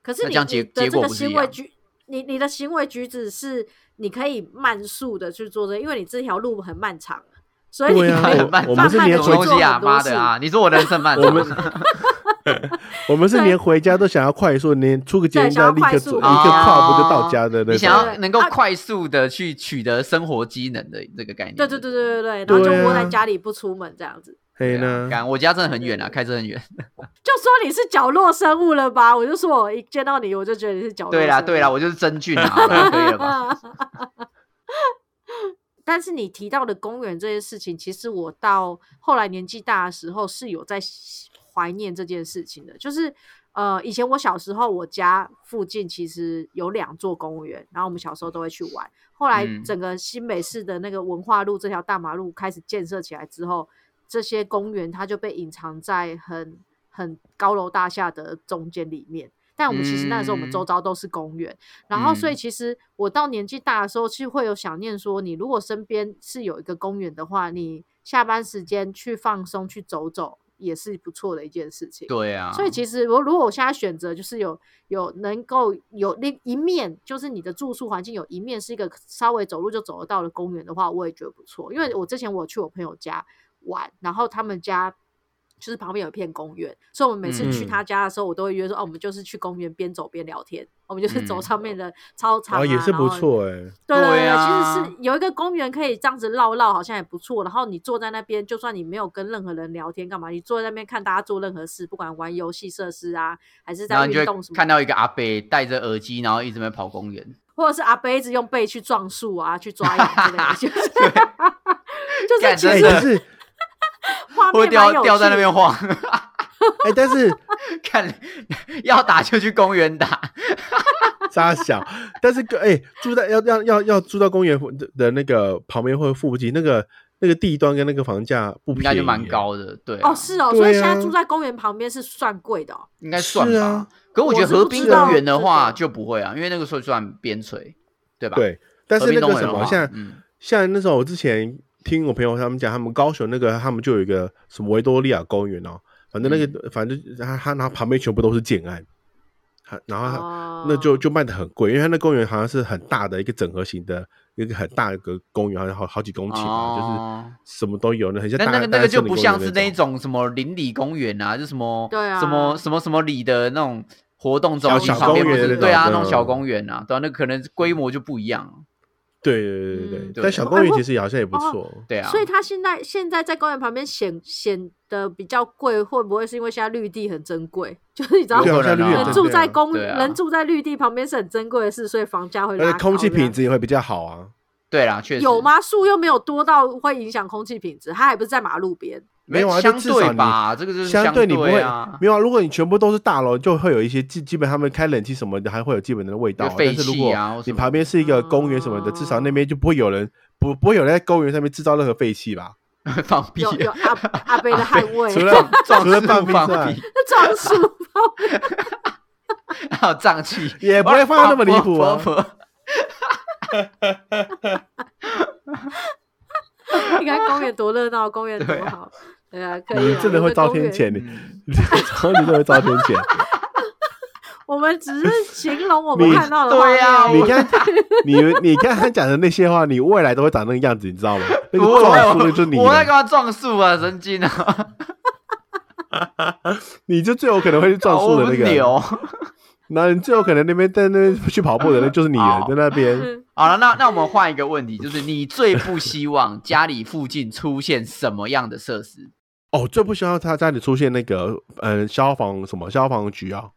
B: 可是
C: 那
B: 你
C: 这样
B: 你
C: 结
B: 的
C: 结
B: 这
C: 果
B: 个
C: 不是一
B: 行为
C: 样
B: 举，你你的行为举止是你可以慢速的去做的，因为你这条路很漫长，所以你
A: 对啊
B: 可以
A: 我
C: 慢
A: 我
B: 放
A: 们是
B: 慢
A: 连
B: 地
C: 什
B: 去
C: 么
A: 回
B: 做
C: 东西啊？
B: 很多
C: 妈
B: 事
C: 的啊！你说我人生漫
A: 我们
C: 长，
A: 我们是
B: 对
A: 连回家都想要快速，连出个捷运
B: 对想
A: 站
B: 要
A: 立刻
B: 快
A: 走，
B: 速
A: 立刻
B: 回家
A: 跨步就到家的那种
C: 你想。要
B: 对
C: 能够
B: 啊
C: 快速的去取得生活机能的这个概念。
B: 对对对对对对，然后就
A: 对
B: 窝在
A: 啊
B: 家里不出门这样子，
A: 嘿
C: 啊
A: 呢，
C: 干我家真的很远啊，开车 很远。
B: 就说你是角落生物了吧？我就说我一见到你，我就觉得你是角落生物。
C: 对啦对啦，我就是真菌啊，好啦可以 了吧？
B: 但是你提到的公园这件事情，其实我到后来年纪大的时候是有在怀念这件事情的。就是呃，以前我小时候，我家附近其实有两座公园，然后我们小时候都会去玩。后来
C: 嗯
B: 整个新北市的那个文化路这条大马路开始建设起来之后，这些公园它就被隐藏在很很高楼大厦的中间里面。但我们其实那个时候我们周
C: 嗯
B: 遭都是公园，然后，所以
C: 嗯
B: 其实我到年纪大的时候，是会有想念说，你如果身边是有一个公园的话，你下班时间去放松、去走走，也是不错的一件事情。
C: 对啊，
B: 所以其实我如果我现在选择，就是有有能够有另一面，就是你的住宿环境有一面是一个稍微走路就走得到的公园的话，我也觉得不错。因为我之前我去我朋友家玩，然后他们家。就是旁边有一片公园，所以我们每次去
A: 嗯
B: 他家的时候，我都会约说，哦、我们就是去公园边走边聊天，我们就是走
C: 嗯
B: 上面的操场、啊
A: 啊，也是不
B: 然后
A: 错哎。
B: 对
C: 对
B: 对对，
C: 啊
B: 其实是有一个公园可以这样子绕绕，好像也不错。然后你坐在那边，就算你没有跟任何人聊天干嘛，你坐在那边看大家做任何事，不管玩游戏设施啊， 还是
C: 然后
B: 在
C: 你就
B: 运
C: 会
B: 动什么
C: 看，到一个阿伯戴着耳机，然后一直在跑公园，
B: 或者是阿贝一直用背去撞树啊，去抓羊之类的， 就是
C: 啊
B: 就是
C: 干
B: 其
A: 哎，
C: 真
B: 实
C: 的
A: 可是
B: 画
C: 或
B: 面蛮有
C: 掉
B: 趣
C: 掉在那
B: 的
C: 边晃，
A: 哎，但是
C: 看要打就去公园打，
A: 沙小，但是哎、住在要要要要住到公园的的那个旁边或者附近，那个那个地段跟那个房价不
C: 应
A: 便宜，
C: 该就蛮，高的，对啊
B: 哦，是哦，所以
A: 对
B: 现
A: 啊
B: 在住在公园旁边是算贵的哦。
C: 应该算
A: 是
C: 吧
A: 啊。
C: 可我觉得
B: 我是不
C: 河滨
B: 知道
C: 公园的话
B: 这个
C: 就不会啊，因为那个时候算边陲，对吧？，
A: 对。但是那
C: 河滨
A: 个
C: 公园
A: 什
C: 的
A: 么，
C: 话
A: 像、
C: 嗯
A: 像那时候我之前听我朋友他们讲，他们高雄那个他们就有一个什么维多利亚公园哦，反正那个、
C: 嗯
A: 反正就是他他然后旁边全部都是建案，他然后他、
B: 哦，
A: 啊那就就卖的很贵，因为他那公园好像是很大的一个整合型的一个很大的一个公园，好像好好几公顷吧，
C: 哦
A: 就是什么都有，那很像
C: 那
A: 大
C: 那个
A: 大
C: 那个
A: 森
C: 就
A: 林
C: 不
A: 公园
C: 像是
A: 那
C: 那一种什么邻里公园啊，就什么
B: 对啊
C: 什么什么什么里的那种活动中心
B: 小小
C: 旁边
B: 公
C: 不
B: 园
C: 是
B: 那种
C: 对啊，
A: 对
C: 那种
A: 啊
C: 小公园啊，对啊，那可能规模就不一样，啊
A: 对对对对
B: 嗯
A: 对，
C: 对
A: 但小公园其实也好像也不
B: 哦
A: 错。
C: 对啊。
B: 所以它现在现在在公园旁边显显得比较贵，会不会是因为现在绿地很珍贵？ 就是你知道
C: 有
A: 对
C: 可
A: 啊，像
C: 能啊
A: 绿野
B: 人
A: 镇
B: 住
A: 对啊
B: 在公、
C: 对啊
B: 人住在绿地旁边是很珍贵的事，所以房价会拉
A: 而且空气
B: 高这样
A: 品质也会比较好啊。
C: 对啦，确实
B: 有？吗？树又没有多到会影响空气品质，它还不是在马路边。
A: 没有啊就
C: 相
A: 至少
C: 对
A: 你
C: 吧，这个就是
A: 相
C: 对
A: 你不会
C: 啊，
A: 没有啊。如果你全部都是大楼，就会有一些基基本他们开冷气什么的，还会有基本的味道啊。
C: 就废
A: 但是如
C: 气
A: 果
C: 啊，或什
A: 你
C: 么
A: 旁边是一个公园什么的，
B: 哦
A: 至少那边就不会有人不不会有人在公园上面制造任何废气吧？
C: 放屁
B: 有，有阿阿贝的 捍卫，
A: 啊除
C: 撞
A: 了
C: 撞
A: 除了
C: 树
A: 放屁之
C: 放
A: 外
C: 屁，
B: 撞树，
C: 还有瘴气，
A: 也不会放到那么离谱
C: 婆
A: 啊。
C: 婆婆
B: 你看公园多热闹，公园多
C: 对啊
B: 好。对啊，可以
A: 你
B: 啊。
A: 真的
B: 我
A: 会
B: 们
A: 遭
B: 公
A: 天
B: 园
A: 谴，你
C: 嗯
A: 你真的会遭天谴。
B: 我们只是形容我们
A: 你
B: 看到的画
C: 对啊
B: 面
C: 呀，
B: 而已
A: 你看，你你刚才讲的那些话，你未来都会长那个样子，你知道吗？那个
C: 我
A: 撞树的就是你
C: 我在
A: 了，
C: 干嘛撞树啊？神经啊！
A: 你就最有可能会去撞树
C: 哦我
A: 的
C: 不
A: 那个。
C: 扭。
A: 那你最有可能那边在那边去跑步的人就是你了
C: 好，
A: 在那边。
B: 嗯
C: 好了，那那我们换一个问题，就是你最不希望家里附近出现什么样的设施？
A: 哦，最不希望他家里出现那个呃消防什么消防局啊，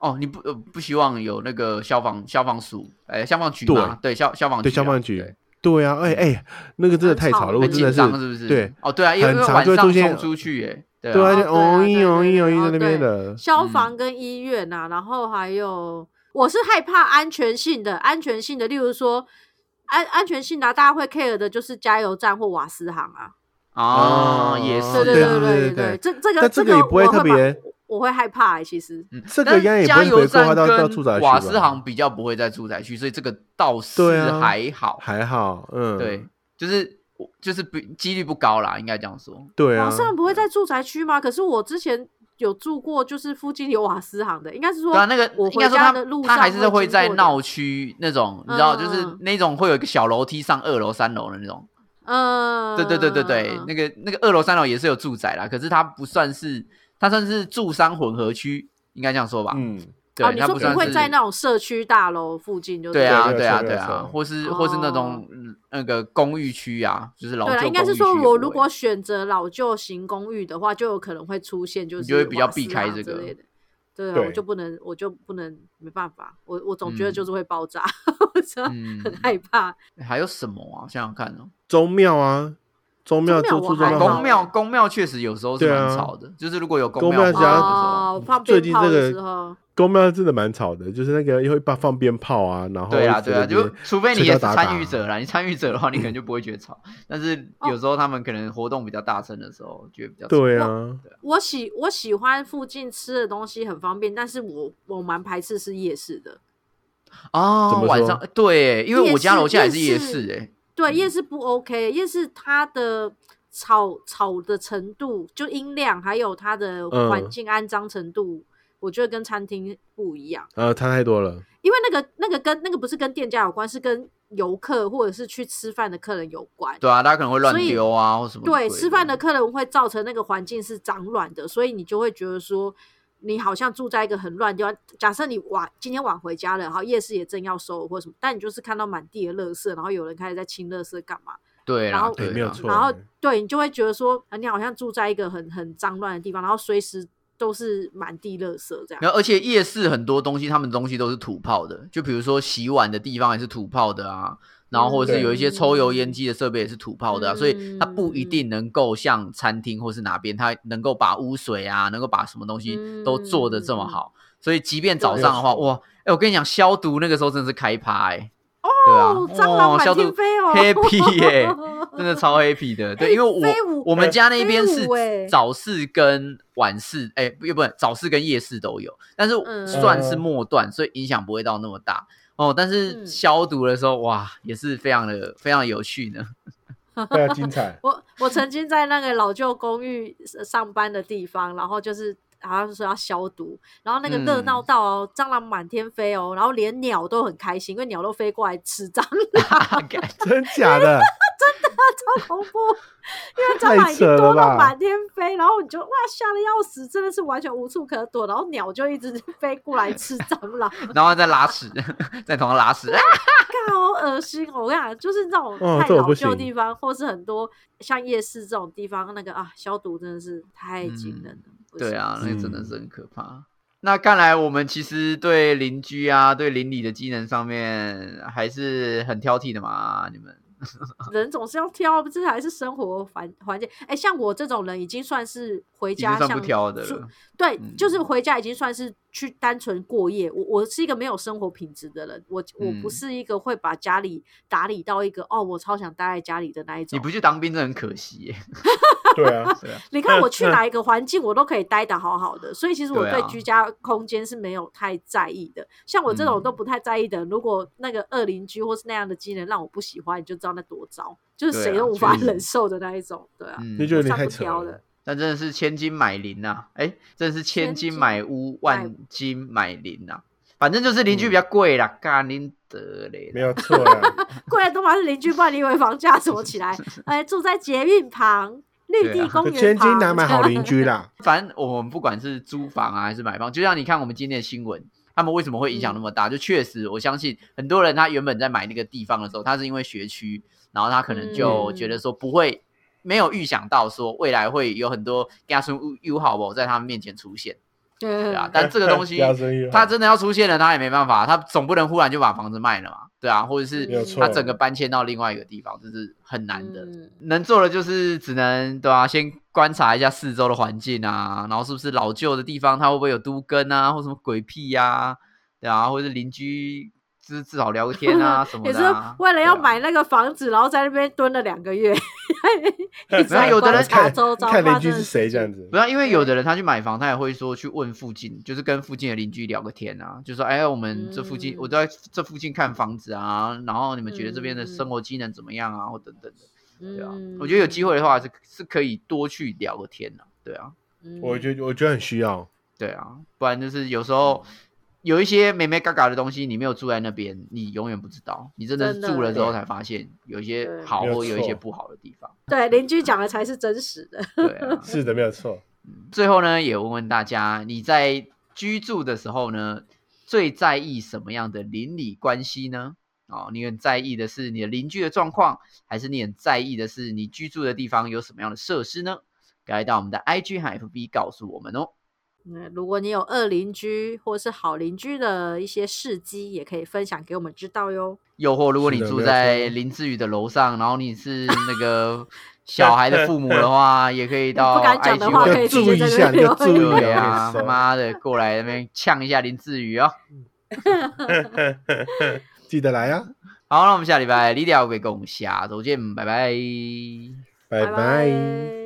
C: 哦，你不、呃、不希望有那个消防消防署，哎，消防局嘛，对消消防
A: 对
C: 局啊
A: 消防局
C: 对
A: 对啊，哎哎，那个真的太吵了，
B: 很
A: 我
C: 很
A: 真的
C: 紧
A: 是
C: 张是不是？
A: 对，
C: 哦对啊，因为
A: 很
C: 因为
A: 常
C: 晚
A: 就会
C: 上
A: 出现
C: 冲出去耶，对
A: 对
C: 啊
A: 啊，就
B: 哦
A: 哦
B: 对
A: 一
B: 对
A: 哦一
B: 对
A: 哦一
B: 哦
A: 在那边
B: 对
A: 的，
B: 消防跟医院啊，然后还有我是害怕安全性的，安全性的，例如说安安全性的啊、大家会 care 的就是加油站或瓦斯行啊，
C: 哦也
A: 哦
C: 是
B: 对对
A: 对对
B: 对对
A: 对对
B: 这这个
A: 但这个也不会
B: 我
A: 特
B: 把
A: 别
B: 我会害怕、欸、其实
C: 嗯
A: 这个
C: 但
A: 应该也不
C: 加
A: 会
C: 油
A: 规划
C: 站
A: 到到
C: 跟
A: 住宅区
C: 瓦
A: 吧
C: 斯行比较不会在住宅区，所以这个倒
A: 对
C: 是
A: 啊
C: 还好，
A: 还好，嗯，
C: 对，就是我就是不几率不高啦，应该这样说。
A: 对啊
B: 瓦，斯行不会在住宅区吗？可是我之前有住过，就是附近有瓦斯行的，应该是说
C: 对啊，那个
B: 我
C: 应该
B: 回
C: 说
B: 家
C: 他
B: 的路
C: 他
B: 上
C: 还是
B: 会
C: 会
B: 经
C: 在
B: 过的
C: 闹区那种，你知道，就是
B: 嗯
C: 那种会有一个小楼梯上二楼、三楼的那种。
B: 嗯，
C: 对对对对对，那个那个二楼、三楼也是有住宅啦，可是它不算是，它算是住商混合区，应该这样说吧？
A: 嗯，
B: 哦，
C: 对，
B: 你
C: 它
B: 说
C: 算
B: 不会
C: 是。
B: 在那种社区大楼附近就
C: 对
B: 了
C: 啊，
A: 对
C: 对啊，
A: 没有错没
C: 对
A: 有
C: 啊
A: 错，
C: 或是或是那
B: 哦
C: 种嗯那个公寓区啊，就是老旧
B: 对啦，
C: 公寓
B: 应该是
C: 区
B: 说
C: 也
B: 我
C: 不
B: 如
C: 会
B: 果选择老旧型公寓的话，就有可能会出现就是
C: 就会比较
B: 瓦斯
C: 避开
B: 啊
C: 这
B: 之
C: 个
B: 类的。对啊，
A: 对
B: 我就不能，我就不能，没办法，我我总觉得
C: 嗯
B: 就是会爆炸， 我真的
C: 嗯
B: 很害怕。
C: 还有什么啊？想想看哦，
A: 宗庙啊，宗庙
B: 宗
A: 住
B: 庙
A: 住
B: 我还
A: 宗庙
B: 好
C: 公庙公庙确实有时候是
A: 啊对啊
C: 蛮吵的，就是如果有
A: 公
C: 庙
A: 庙
C: 跑
A: 只要
C: 的时候
B: 哦，放
A: 嗯最近
B: 鞭炮
A: 这
B: 的时
A: 个
B: 候，
A: 公庙真的蛮吵的，就是那个又会放放鞭炮啊，然后
C: 对啊，
A: 一直
C: 对
A: 在那
C: 啊，就
A: 边
C: 除非你
A: 吹
C: 也
A: 到
C: 是
A: 打打啊
C: 参与者啦，你参与者的 话，你可能就不会觉得吵。但是
B: 哦
C: 有时候他们可能活动比较大声的时候，觉得比较吵
A: 对啊，
B: 我喜我喜欢附近吃的东西很方便，但是我我蛮排斥是夜市的。
A: 怎
C: 哦
A: 么，说
C: 晚上对，因为
B: 夜
C: 我家
B: 市
C: 楼下也
B: 夜
C: 是夜
B: 市
C: 市哎，
B: 对，夜
C: 嗯
B: 市不 OK，夜市它的吵吵的程度，就音量还有它的环
A: 嗯
B: 境安装程度，我觉得跟餐厅不一样。
A: 呃，差太多 了，
B: 因为那个那个跟那个不是跟店家有关，是跟游客或者是去吃饭的客人有关。
C: 对啊，大家可能会乱
B: 所以
C: 丢啊或什么之类。
B: 对，吃饭的客人会造成那个环境是脏乱的，所以你就会觉得说，你好像住在一个很乱的地方。假设你晚今天晚回家了，然后夜市也正要收或什么，但你就是看到满地的垃圾，然后有人开始在清垃圾干嘛？
C: 对
B: 然
C: 啦
B: 后，
A: 对
C: 对，啊
A: 没有
C: 啦
A: 错欸
B: 然后对你就会觉得说，啊你好像住在一个很很脏乱的地方，然后随时都是满地垃圾这样。
C: 然后，而且夜市很多东西，他们东西都是土炮的，就比如说洗碗的地方也是土炮的啊，然后或者是
A: 对
B: 嗯
C: 有一些抽油烟机的设备也是土炮的啊，所以它不一
B: 嗯
C: 定能够像餐厅或是哪边，它能够把污水啊，能够把什么东西都做的这
B: 嗯
C: 么好，所以即便早上的话，
A: 对
C: 哇，哎、我跟你讲，消毒那个时候真的是开趴哎、对啊，
B: 哦，蟑螂
C: 哇
B: 满
C: 消毒
B: 天飞哦
C: happy 耶、欸真的超 happy 的，对，因为我
B: 飞舞
C: 我们家那边是
B: 飞舞欸
C: 早市跟晚市，哎、不不，早市跟夜市都有，但是
B: 嗯
C: 算
A: 哦
C: 是末段，所以影响不会到那么大哦。但是
B: 嗯。
C: 消毒的时候，哇，也是非常的非常有趣呢。
A: 非啊常精彩
B: 我我曾经在那个老旧公寓呃上班的地方，然后就是好像是说要消毒，然后那个热
A: 嗯
B: 闹到哦，蟑螂满天飞哦，然后连鸟都很开心，因为鸟都飞过来吃蟑螂，
C: 干
A: 真假的？
B: 超恐怖，因为蟑
A: 太
B: 螂已经
A: 扯了
B: 多
A: 吧
B: 到满天飞，然后你就哇吓得要死，真的是完全无处可躲，然后鸟就一直 飞过来吃蟑螂，
C: 然后再拉屎， 在床上拉屎，啊
B: 看好恶心哦！我跟你讲，就是那种
A: 哦
B: 太
A: 这我不
B: 老旧的
A: 行
B: 地方，或是很多像夜市这种地方，那个啊消毒真的是太惊人了。不
C: 对
B: 行
C: 啊，那个真的
A: 嗯
C: 是很可怕。那看来我们其实对邻居啊，对邻里的机能上面还是很挑剔的嘛，你们。
B: 人总是要挑，这还是生活环环境。哎、像我这种人，已经算是回
C: 已经
B: 家
C: 算
B: 像
C: 不挑的
B: 住
C: 了。
B: 对，
C: 嗯
B: 就是回家已经算是去单纯过夜。我我是一个没有生活品质的人，我我
C: 嗯
B: 不是一个会把家里打理到一个哦，我超想待在家里的那一种。
C: 你不去当兵真的很可惜耶。
A: 对啊，
C: 对啊，
B: 你看我去哪一个环境，我都可以待得好好的，所以其实我
C: 对啊
B: 对居家空间是没有太在意的。像我这种
C: 嗯
B: 都不太在意的，如果那个恶邻居或是那样的技能让我不喜欢，你就知道那多糟，就是
C: 对啊
B: 谁都无法
A: 确实
B: 忍受的那一种，对啊，
C: 嗯
A: 那就有点
B: 上
A: 太
B: 不
A: 扯
B: 挑了
A: 了。。
C: 但真的是千金买邻呐、哎、真的是千
B: 千
C: 金
B: 金
C: 买屋，万
B: 买
C: 金买邻呐、反正就是邻居比较贵啦，干您得嘞。
A: 没有错啊 啦，
B: 贵的都嘛是邻居，不然你以为房价怎么起 来？哎，住在捷运旁、绿
C: 对
B: 地
C: 啊
B: 公园旁，
A: 千金难买好邻居 啦。
C: 反正我们不管是租房啊还是买房，就像你看我们今天的新闻，他们为什么会影响那么大？就确实，我相信很多人他原本在买那个地方的时候，他是因为学区，然后他可能就
B: 嗯
C: 觉得说不会，没有预想到说未来会有很多给他说 U 好不在他们面前出现。对
B: 对
C: 啊，但这 个东西
A: 加深一行
C: 他真的要出现了，他也没办法，他总不能忽然就把房子卖了嘛，对啊，或者
A: 没有
C: 是
A: 错
C: 他 整个搬迁到另外一个地方，这是很难的。
B: 嗯
C: 能做的就是只能对啊，先观察一下四周的环境啊，然后是不是老旧的地方，它会不会有都根啊，或什么鬼屁呀、对啊，或者是邻居至至少聊个天 啊什么
B: 也是
C: 的、啊。
B: 为了要
C: 对啊
B: 买那个房子，然后在那边蹲了两个月， 一直
C: 啊没有有的人嗯
B: 查
A: 看
B: 周遭
A: 看
B: 发
A: 邻居
B: 生的
A: 是
B: 事
A: 谁这
B: 情
A: 样。子
C: 不，要，因为有的人他去买房，他也会说去问附近，就是跟附近的邻居聊个天啊，就说哎，我们这附近、
B: 嗯
C: 我都在这附近看房子啊，然后你们觉得这边
B: 嗯
C: 的
B: 嗯
C: 生活机能怎么样啊，或等等的，对啊，
B: 嗯
C: 我觉得有机，会的话是是可以多去聊个天的、啊，对啊，
A: 我
B: 得
A: 觉得我觉得很需要，
C: 对啊，不然就是有时
B: 嗯
C: 候有一些美美嘎嘎的东西，你没有住在那边，你永远不知道，你真的
B: 真
C: 是
B: 的
C: 住了之后才发现有一些
B: 对
C: 好
A: 没有
C: 或有一些
A: 错
C: 不好的地方，
B: 对邻居讲的才是真实的。
C: 对
B: 嗯
C: 啊，
A: 是的，没有错。
C: 最后呢，也问问大家，你在居住的时候呢，最在意什么样的邻里关系呢？哦，你很在意的是你的邻居的状况，还是你很在意的是你居住的地方有什么样的设施呢？赶快到我们的 IG 和 FB 告诉我们哦。
B: 嗯，如果你有恶邻居或是好邻居的一些事迹，也可以分享给我们知道哟。
C: 又或如果你
A: 是的
C: 住
A: 没有
C: 在
A: 错
C: 林志宇的楼上，然后你是 那个小孩的父母的话，也可以到
B: 不敢讲的
C: IG
B: 话，
C: 或
A: 要
B: 可以直
A: 注
B: 接
A: 意
B: 在
A: 一
B: 这
A: 下
B: 边
A: 要
B: 留
A: 注意
B: 言
A: 啊
C: 对啊，
A: 我跟你
C: 他
A: 说
C: 妈的过来那边呛一下林志宇哦。
A: 记得来啊，
C: 好，那我们下礼拜李聊会跟我们下周见，拜拜。
A: 拜
B: 拜
A: 拜。